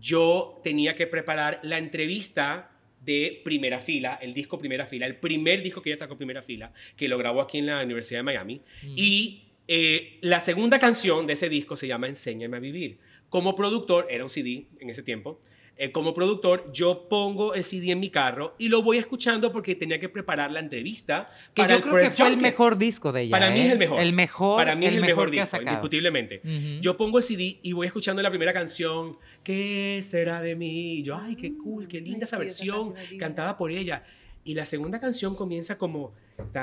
Speaker 5: yo tenía que preparar la entrevista de primera fila, el disco primera fila, el primer disco que ella sacó primera fila, que lo grabó aquí en la Universidad de Miami.
Speaker 1: Mm.
Speaker 5: Y eh, la segunda canción de ese disco se llama Enséñame a vivir. Como productor, era un CD en ese tiempo, eh, como productor yo pongo el CD en mi carro y lo voy escuchando porque tenía que preparar la entrevista.
Speaker 1: Que
Speaker 5: para
Speaker 1: yo creo que
Speaker 5: press
Speaker 1: fue el
Speaker 5: junket.
Speaker 1: mejor disco de ella.
Speaker 5: Para mí
Speaker 1: ¿eh?
Speaker 5: es el mejor.
Speaker 1: El mejor.
Speaker 5: Para mí es el mejor,
Speaker 1: que ha
Speaker 5: disco,
Speaker 1: sacado.
Speaker 5: indiscutiblemente.
Speaker 1: Ujú.
Speaker 5: Yo pongo el CD y voy escuchando la primera canción, ¿Qué será de mí? Y yo, ay, qué cool, qué linda
Speaker 4: Ay,
Speaker 5: esa
Speaker 4: sí, esa
Speaker 5: versión
Speaker 4: canción es linda.
Speaker 5: cantada por ella. Y la segunda canción comienza como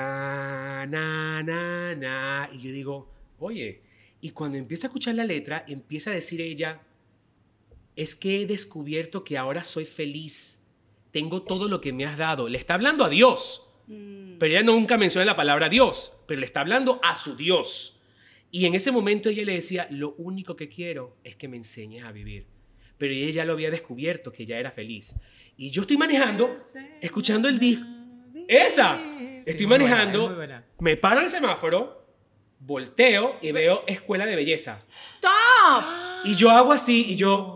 Speaker 5: ta na na na y yo digo, "Oye, y cuando empieza a escuchar la letra, empieza a decir ella, es que he descubierto que ahora soy feliz. Tengo todo lo que me has dado. Le está hablando a Dios. Pero ella nunca menciona la palabra Dios, pero le está hablando a su Dios. Y en ese momento ella le decía, lo único que quiero es que me enseñes a vivir. Pero ella ya lo había descubierto, que ya era feliz. Y yo estoy manejando, escuchando el disco. ¡Esa! Estoy
Speaker 1: muy buena,
Speaker 5: manejando.
Speaker 1: es muy buena.
Speaker 5: Me paro en el semáforo, volteo y veo escuela de belleza.
Speaker 6: ¡Stop!
Speaker 5: Y yo hago así y yo...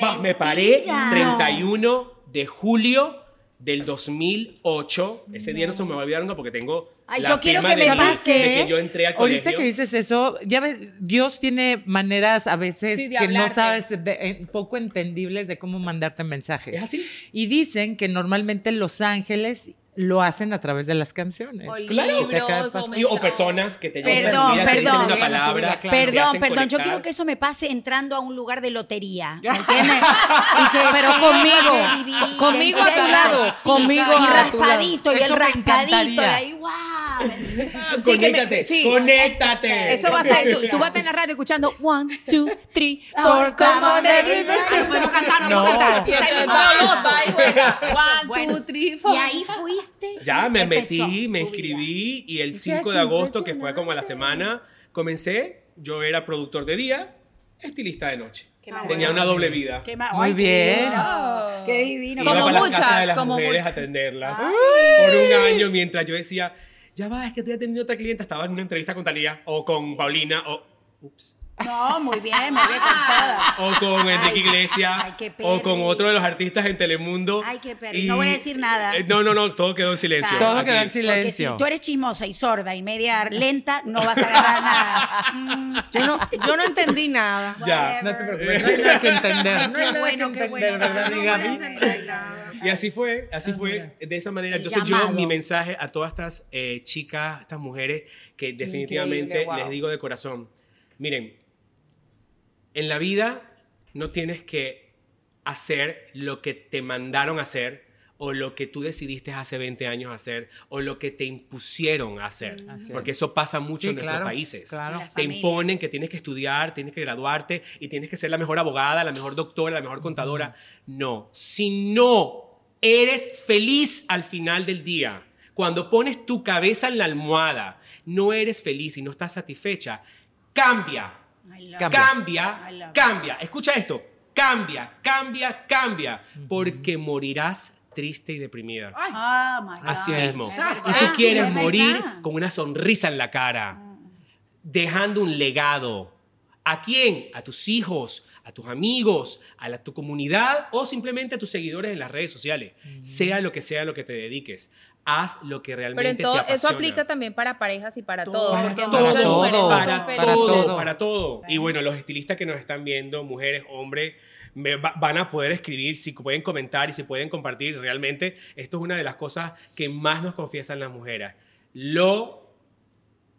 Speaker 5: Pa- me paré
Speaker 3: Mentira.
Speaker 5: 31 de julio del 2008. Ese día no se me va a olvidar nunca porque tengo.
Speaker 3: Ay,
Speaker 5: la
Speaker 3: yo quiero
Speaker 5: firma
Speaker 3: que me
Speaker 5: de mi-
Speaker 3: pase. ¿eh?
Speaker 5: de que yo entré al colegio.
Speaker 1: Ahorita que dices eso, ya ves, Dios tiene maneras a veces
Speaker 4: Sí, de
Speaker 1: que no
Speaker 4: hablarte.
Speaker 1: sabes, de- eh, poco entendibles de cómo mandarte mensajes.
Speaker 5: ¿Es así?
Speaker 1: Y dicen que normalmente los ángeles lo hacen a través de las canciones.
Speaker 4: O
Speaker 5: Claro.
Speaker 4: libros,
Speaker 1: Te acaba de
Speaker 4: o
Speaker 1: pasar.
Speaker 5: Y- o
Speaker 4: mensajes.
Speaker 5: personas que te llegan
Speaker 3: Perdón,
Speaker 5: a tu vida, te dicen
Speaker 3: perdón.
Speaker 5: una
Speaker 1: Llegan a tu vida,
Speaker 5: palabra. te
Speaker 1: claro.
Speaker 5: hacen
Speaker 3: Perdón, perdón, yo
Speaker 5: conectar.
Speaker 3: quiero que eso me pase entrando a un lugar de lotería, ¿me entiendes? Y que
Speaker 6: Pero
Speaker 3: tenga
Speaker 6: conmigo,
Speaker 3: que vivir,
Speaker 6: co- conmigo a tu
Speaker 3: etcétera.
Speaker 6: lado, conmigo
Speaker 3: y
Speaker 6: a tu lado.
Speaker 3: raspadito, y el
Speaker 1: Eso me
Speaker 3: raspadito, y
Speaker 1: encantaría.
Speaker 3: ahí, wow.
Speaker 5: Ah,
Speaker 4: Sí, que me-
Speaker 5: conéctate,
Speaker 4: sí.
Speaker 5: conéctate.
Speaker 6: Eso va a ser, tú, tú vas a estar en la radio escuchando one, two, three, four,
Speaker 3: Por
Speaker 6: como
Speaker 3: como
Speaker 6: de
Speaker 3: debe
Speaker 6: vida.
Speaker 3: ser.
Speaker 6: Podemos cantar, no podemos
Speaker 1: No.
Speaker 6: cantar.
Speaker 4: Y entonces
Speaker 3: Salud.
Speaker 4: va, va y juega. One,
Speaker 3: Bueno,
Speaker 4: two, three, four.
Speaker 3: Y ahí fuiste.
Speaker 5: Ya
Speaker 3: y
Speaker 5: me
Speaker 3: empezó
Speaker 5: metí, me
Speaker 3: tu vida.
Speaker 5: inscribí y el
Speaker 4: O
Speaker 5: 5
Speaker 4: sea,
Speaker 5: de
Speaker 4: qué
Speaker 5: agosto, que fue como a la
Speaker 4: impresionante.
Speaker 5: semana, comencé. Yo era productor de día, estilista de noche.
Speaker 3: Qué maravilla.
Speaker 5: Tenía una doble vida.
Speaker 3: Qué ma-
Speaker 1: Muy
Speaker 3: ay, qué
Speaker 1: bien.
Speaker 3: divino.
Speaker 4: Oh.
Speaker 3: Qué
Speaker 5: Y
Speaker 3: divino.
Speaker 5: iba
Speaker 4: Como
Speaker 5: para
Speaker 4: muchas,
Speaker 5: las casas de las
Speaker 4: como
Speaker 5: mujeres
Speaker 4: muchas.
Speaker 5: a atenderlas por un año mientras yo decía, ya va, es que estoy atendiendo a otra clienta. Estaba en una entrevista con Talía o con Paulina o, ups,
Speaker 3: No, muy bien, muy bien contada.
Speaker 5: o con
Speaker 3: ay,
Speaker 5: Enrique Iglesias
Speaker 3: qué
Speaker 5: o con
Speaker 3: perris.
Speaker 5: otro de los artistas en Telemundo.
Speaker 3: Ay, qué perris.
Speaker 5: perris.
Speaker 3: No voy a decir nada.
Speaker 5: no, no, no, todo quedó en silencio.
Speaker 3: Claro.
Speaker 1: Todo quedó en
Speaker 5: Aquí.
Speaker 3: Porque si
Speaker 1: silencio.
Speaker 3: tú eres chismosa y sorda y media lenta, no vas a agarrar nada. Mm,
Speaker 6: Yo no, yo no entendí nada.
Speaker 5: Ya.
Speaker 1: No te preocupes, no hay nada que entender. No hay
Speaker 3: Qué
Speaker 1: nada
Speaker 3: bueno,
Speaker 1: que
Speaker 3: qué
Speaker 1: entender,
Speaker 3: bueno.
Speaker 1: ¿verdad,
Speaker 3: No
Speaker 1: mi
Speaker 3: voy a
Speaker 1: Gaby?
Speaker 3: entender nada.
Speaker 5: Y así fue, así fue, de esa manera.
Speaker 3: El
Speaker 5: Entonces
Speaker 3: llamado.
Speaker 5: yo, mi mensaje a todas estas eh, chicas, estas mujeres, que definitivamente
Speaker 4: increíble, wow.
Speaker 5: les digo de corazón, miren, en la vida no tienes que hacer lo que te mandaron a hacer o lo que tú decidiste hace 20 años hacer o lo que te impusieron a hacer,
Speaker 1: Así es.
Speaker 5: porque eso pasa mucho
Speaker 1: Sí,
Speaker 5: en nuestros
Speaker 1: claro,
Speaker 5: países.
Speaker 1: claro.
Speaker 6: Ah.
Speaker 3: Las
Speaker 5: Te
Speaker 3: familias.
Speaker 5: imponen que tienes que estudiar, tienes que graduarte y tienes que ser la mejor abogada, la mejor doctora, la mejor contadora. No, si no eres feliz al final del día, cuando pones tu cabeza en la almohada, no eres feliz y no estás satisfecha, cambia,
Speaker 3: I love
Speaker 1: Cambia.
Speaker 3: I love
Speaker 5: cambia,
Speaker 3: it.
Speaker 5: cambia. Escucha esto, cambia, cambia, cambia, porque morirás triste y deprimida.
Speaker 3: it. Oh my God.
Speaker 5: Así mismo.
Speaker 3: Es
Speaker 5: Y
Speaker 3: verdad,
Speaker 5: tú quieres
Speaker 3: es
Speaker 5: morir
Speaker 3: verdad.
Speaker 5: con una sonrisa en la cara, dejando un legado. ¿A quién? A tus hijos, a tus amigos, a la- tu comunidad o simplemente a tus seguidores en las redes sociales. Sea lo que sea lo que te dediques, haz lo que
Speaker 4: Pero
Speaker 5: realmente te
Speaker 4: entonces
Speaker 5: apasiona.
Speaker 4: eso aplica también para parejas y para
Speaker 3: Todo.
Speaker 4: todo.
Speaker 3: Para
Speaker 4: porque
Speaker 1: todo,
Speaker 4: muchas
Speaker 1: todo,
Speaker 4: mujeres no son
Speaker 5: para,
Speaker 4: felices.
Speaker 1: para
Speaker 5: todo,
Speaker 1: todo.
Speaker 5: para todo. Y bueno, los estilistas que nos están viendo, mujeres, hombres, me va- van a poder escribir, si pueden comentar y si pueden compartir. Realmente, esto es una de las cosas que más nos confiesan las mujeres. Lo.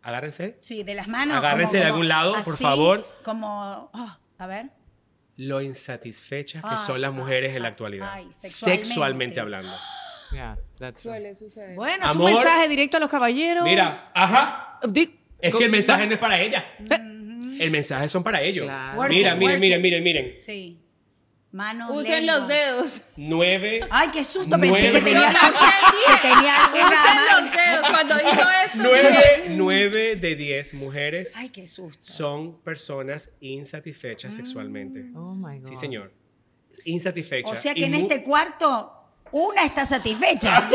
Speaker 5: Agárrense.
Speaker 3: Sí, de las manos.
Speaker 5: Agárrense de algún lado, por favor.
Speaker 3: Como, oh, a ver.
Speaker 5: Lo insatisfechas que
Speaker 3: Ah,
Speaker 5: son las mujeres en la actualidad.
Speaker 3: ay, sexualmente.
Speaker 5: sexualmente. hablando.
Speaker 1: Yeah, that's right.
Speaker 4: Suele suceder.
Speaker 6: Bueno, es un
Speaker 5: Amor.
Speaker 6: mensaje directo a los caballeros.
Speaker 5: Mira, ajá.
Speaker 6: Di-
Speaker 5: Es que el mensaje no es para ella.
Speaker 4: Mm-hmm.
Speaker 5: El mensaje son para ellos.
Speaker 1: Claro.
Speaker 3: Work
Speaker 5: Mira,
Speaker 3: it,
Speaker 5: miren,
Speaker 3: work
Speaker 5: miren,
Speaker 3: it.
Speaker 5: miren, miren.
Speaker 3: Sí. Manos.
Speaker 4: Usen
Speaker 3: lengua.
Speaker 4: los dedos.
Speaker 5: Nueve.
Speaker 4: Ah,
Speaker 3: Ay, qué susto. Pensé
Speaker 5: Nueve.
Speaker 3: que tenía,
Speaker 4: Yo también
Speaker 3: que tenía alguna
Speaker 4: Usen los
Speaker 3: mano.
Speaker 4: dedos. Cuando hizo esto, dije,
Speaker 5: Nueve, nueve de diez mujeres
Speaker 3: Ay, qué susto.
Speaker 5: son personas insatisfechas sexualmente.
Speaker 1: Oh my God.
Speaker 5: Sí, señor. Insatisfechas.
Speaker 3: O sea
Speaker 5: Y
Speaker 3: que en
Speaker 5: mu-
Speaker 3: este cuarto, una está satisfecha.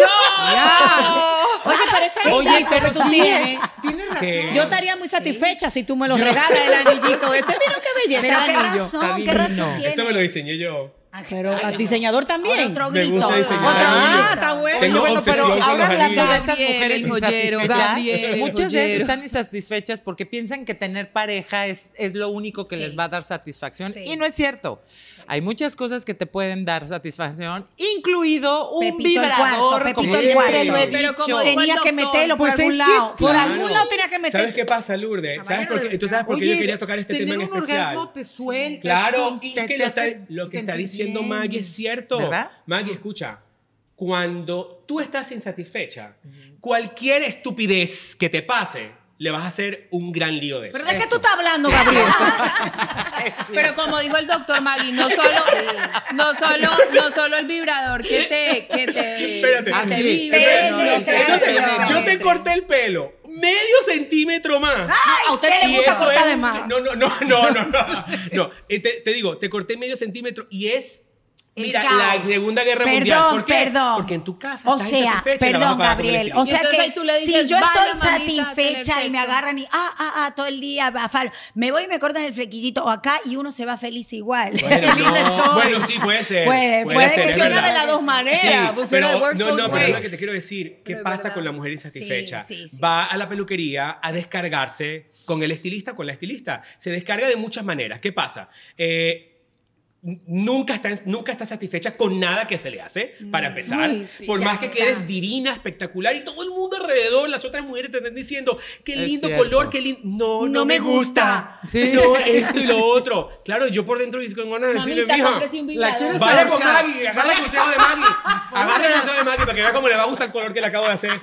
Speaker 6: Oye, pero esa
Speaker 1: Oye,
Speaker 6: amistad
Speaker 1: pero
Speaker 6: que tú
Speaker 1: sí, eh,
Speaker 6: tienes.
Speaker 1: tienes
Speaker 5: ¿Qué?
Speaker 1: razón.
Speaker 6: Yo estaría muy satisfecha si tú me lo regalas el anillito este. Mira qué belleza
Speaker 3: Pero
Speaker 6: el
Speaker 3: qué
Speaker 6: anillo.
Speaker 1: está
Speaker 3: razón, qué
Speaker 1: divino.
Speaker 3: razón tiene.
Speaker 5: Esto me lo diseñé yo.
Speaker 6: Pero ¿a diseñador también.
Speaker 3: Otro
Speaker 5: Me
Speaker 3: grito.
Speaker 5: gusta diseñar
Speaker 3: Otro
Speaker 5: anillos.
Speaker 3: grito.
Speaker 6: Ah, está bueno.
Speaker 5: Tengo
Speaker 1: bueno, pero
Speaker 5: obsesión con
Speaker 1: ahora
Speaker 5: los
Speaker 1: hablando de
Speaker 5: anillos.
Speaker 1: esas
Speaker 4: Gabriel,
Speaker 1: mujeres
Speaker 4: el joyero,
Speaker 1: insatisfechas,
Speaker 4: Gabriel, el
Speaker 1: muchas de ellas
Speaker 4: joyero.
Speaker 1: están insatisfechas porque piensan que tener pareja es, es lo único que
Speaker 3: Sí.
Speaker 1: les va a dar satisfacción
Speaker 3: Sí.
Speaker 1: y no es cierto. Hay muchas cosas que te pueden dar satisfacción, incluido un
Speaker 3: Pepito el
Speaker 1: vibrador,
Speaker 3: cuarto,
Speaker 1: como
Speaker 3: Pepito
Speaker 5: el
Speaker 1: siempre lo he
Speaker 3: cuarto.
Speaker 4: Pero
Speaker 1: dicho.
Speaker 4: como dijo el
Speaker 6: Tenía que
Speaker 4: doctor,
Speaker 6: meterlo por
Speaker 1: pues
Speaker 6: algún
Speaker 1: es que
Speaker 6: lado.
Speaker 1: sí.
Speaker 6: Por
Speaker 5: Claro.
Speaker 6: algún lado tenía que
Speaker 5: ¿Sabes
Speaker 6: meter.
Speaker 5: qué pasa, Lourdes? ¿Sabes por qué? ¿Tú sabes por qué yo
Speaker 1: Oye,
Speaker 5: quería tocar este
Speaker 1: tener
Speaker 5: tema en
Speaker 1: un
Speaker 5: especial?
Speaker 1: orgasmo te suelta.
Speaker 5: Claro,
Speaker 1: es
Speaker 5: y
Speaker 1: un- te-
Speaker 5: que
Speaker 1: te
Speaker 5: lo, está-
Speaker 1: hace
Speaker 5: lo que está
Speaker 1: sentir
Speaker 5: diciendo
Speaker 1: bien.
Speaker 5: Maggie es cierto.
Speaker 1: ¿Verdad?
Speaker 5: Maggie, escucha, cuando tú estás insatisfecha, cualquier estupidez que te pase, le vas a hacer un gran lío de eso.
Speaker 6: ¿Verdad que tú estás hablando, Gabriel?
Speaker 4: Pero como dijo el doctor Magui, no solo, no solo, no solo el vibrador que te, que te,
Speaker 5: Espérate.
Speaker 4: que te
Speaker 1: Así.
Speaker 4: vibra,
Speaker 3: Pene,
Speaker 4: no, no, no,
Speaker 3: pene,
Speaker 5: Entonces,
Speaker 4: no,
Speaker 5: yo te
Speaker 4: no,
Speaker 5: corté el pelo medio centímetro más.
Speaker 6: A ustedes les
Speaker 5: Y
Speaker 6: gusta
Speaker 5: eso
Speaker 6: cortar
Speaker 5: es-
Speaker 6: de más.
Speaker 5: No, no, no, no, no, no. No, eh, te, te digo, te corté medio centímetro y es.
Speaker 3: El
Speaker 5: Mira,
Speaker 3: caos.
Speaker 5: la Segunda Guerra
Speaker 3: Perdón,
Speaker 5: Mundial. ¿Por qué?
Speaker 3: perdón.
Speaker 5: Porque en tu casa
Speaker 3: O
Speaker 5: estás
Speaker 3: sea,
Speaker 5: insatisfecha y la vas a
Speaker 3: perdón,
Speaker 5: pagar con el
Speaker 3: Gabriel.
Speaker 5: escritorio.
Speaker 3: O sea
Speaker 4: Y entonces
Speaker 3: que
Speaker 4: ahí tú le dices,
Speaker 3: si yo
Speaker 4: "Vaya,
Speaker 3: estoy
Speaker 4: mamita, a tener
Speaker 3: satisfecha y me
Speaker 4: sexo".
Speaker 3: agarran y ah, ah, ah, todo el día, bafal, me voy y me cortan el flequillito o acá y uno se va feliz igual.
Speaker 5: Bueno,
Speaker 3: Qué linda
Speaker 5: no.
Speaker 3: estoy.
Speaker 5: Bueno, sí, puede ser.
Speaker 6: Puede, puede,
Speaker 5: ser, es
Speaker 6: funcionar
Speaker 5: verdad.
Speaker 6: de las dos maneras.
Speaker 5: Sí,
Speaker 6: funciona
Speaker 5: pero,
Speaker 6: de works
Speaker 5: no,
Speaker 6: both
Speaker 5: no, pero
Speaker 6: ways.
Speaker 5: lo que te quiero decir, ¿qué
Speaker 4: Pero es
Speaker 5: pasa
Speaker 4: verdad.
Speaker 5: con la mujer insatisfecha?
Speaker 3: Sí, sí, sí,
Speaker 5: Va
Speaker 3: sí,
Speaker 5: a la
Speaker 3: sí,
Speaker 5: peluquería a descargarse con el estilista, con la estilista. Se descarga de muchas maneras. ¿Qué pasa? Eh, n- Nunca está, nunca está satisfecha con nada que se le hace, para empezar.
Speaker 4: Uy, sí,
Speaker 5: Por
Speaker 3: ya
Speaker 5: más que
Speaker 3: está.
Speaker 5: quedes divina, espectacular, y todo el mundo alrededor, las otras mujeres te están diciendo, qué
Speaker 1: Es
Speaker 5: lindo
Speaker 1: cierto.
Speaker 5: color, qué lindo... No, no,
Speaker 6: No
Speaker 5: me
Speaker 6: me
Speaker 5: gusta. No, esto y lo otro. Claro, yo por dentro digo, bueno, decirle,
Speaker 4: Mamita,
Speaker 5: mija...
Speaker 4: cómprese un
Speaker 1: ¿La
Speaker 4: vibrador.
Speaker 1: quieres
Speaker 5: Vaya con
Speaker 1: ahorcar.
Speaker 5: Maggie, agarra el consejo de Maggie. Agarra el consejo de Maggie para que vea cómo le va a gustar el color que le acabo de hacer.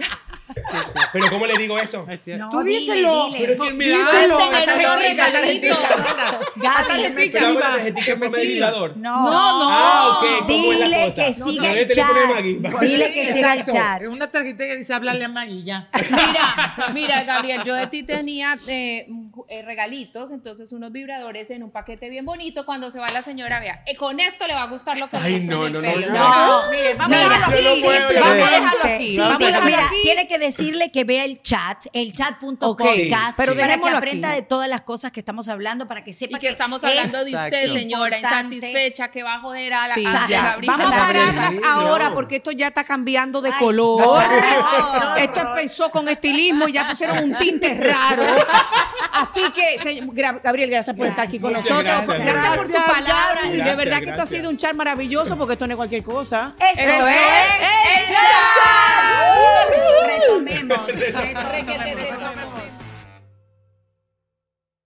Speaker 5: Pero ¿cómo le digo eso?
Speaker 1: Es cierto.
Speaker 3: No,
Speaker 1: Tú
Speaker 3: dile,
Speaker 1: díselo.
Speaker 3: dile.
Speaker 5: Pero es que me da
Speaker 1: Díselo.
Speaker 4: Pero
Speaker 1: Hasta
Speaker 4: no
Speaker 1: la tarjetita,
Speaker 4: regalito.
Speaker 1: Hasta
Speaker 3: Gaby,
Speaker 1: la tarjetita,
Speaker 5: Pero
Speaker 1: Diva.
Speaker 5: la tarjetita es como meditador.
Speaker 3: No,
Speaker 6: No, no.
Speaker 5: Ah, ok. ¿cómo es la
Speaker 3: Dile
Speaker 5: cosa?
Speaker 3: que
Speaker 5: No,
Speaker 3: siga
Speaker 5: no,
Speaker 3: el
Speaker 5: el teléfono de
Speaker 3: chat.
Speaker 5: Maggie.
Speaker 3: Dile que siga el
Speaker 1: Exacto.
Speaker 3: chat.
Speaker 1: Una tarjeta que dice, háblale a Maggie ya.
Speaker 4: Mira, mira, Gabriel, yo de ti tenía eh, eh, regalitos, entonces unos vibradores en un paquete bien bonito. Cuando se va la señora, vea, eh, con esto le va a gustar lo que
Speaker 5: Ay,
Speaker 4: le gusta
Speaker 5: no,
Speaker 4: en el
Speaker 5: no, no,
Speaker 4: pelo.
Speaker 5: no.
Speaker 3: No,
Speaker 6: Miren, Ah, vamos a
Speaker 3: mira,
Speaker 6: dejarlo
Speaker 5: yo no
Speaker 6: aquí.
Speaker 5: puedo
Speaker 6: Vamos a dejarlo aquí.
Speaker 3: Sí,
Speaker 6: Vamos a
Speaker 3: sí,
Speaker 6: dejarlo
Speaker 3: mira,
Speaker 6: aquí.
Speaker 3: tiene que decirle que vea el chat, el chat.podcast,
Speaker 6: Ok, pero
Speaker 3: para que
Speaker 6: dejémoslo
Speaker 3: aprenda
Speaker 6: aquí.
Speaker 3: de todas las cosas que estamos hablando, para que
Speaker 4: Y
Speaker 3: sepa
Speaker 4: que estamos hablando de usted,
Speaker 1: Exacto.
Speaker 4: señora,
Speaker 3: importante.
Speaker 4: insatisfecha, ah, que va a joder a la
Speaker 6: Sí,
Speaker 4: a- a
Speaker 6: ya.
Speaker 4: Gabriela.
Speaker 6: Vamos a
Speaker 1: Gabriela.
Speaker 6: pararlas
Speaker 1: No.
Speaker 6: ahora porque esto ya está cambiando de
Speaker 3: Ay,
Speaker 6: color.
Speaker 3: no.
Speaker 6: Esto empezó con estilismo y ya pusieron un tinte raro. Así que, se- Gra- Gabriel, gracias por estar aquí con
Speaker 5: Muchas
Speaker 6: nosotros. Gracias,
Speaker 5: gracias.
Speaker 6: por tu
Speaker 1: Gracias,
Speaker 6: palabra. y de
Speaker 5: Gabriel.
Speaker 6: verdad que esto ha
Speaker 5: Gracias.
Speaker 6: sido un chat maravilloso porque esto no es cualquier cosa.
Speaker 3: Esto,
Speaker 4: Esto ¿eh?
Speaker 3: es
Speaker 4: es
Speaker 3: el chat. Retomemos,
Speaker 4: Requete,
Speaker 3: retomemos.
Speaker 4: requete, requete.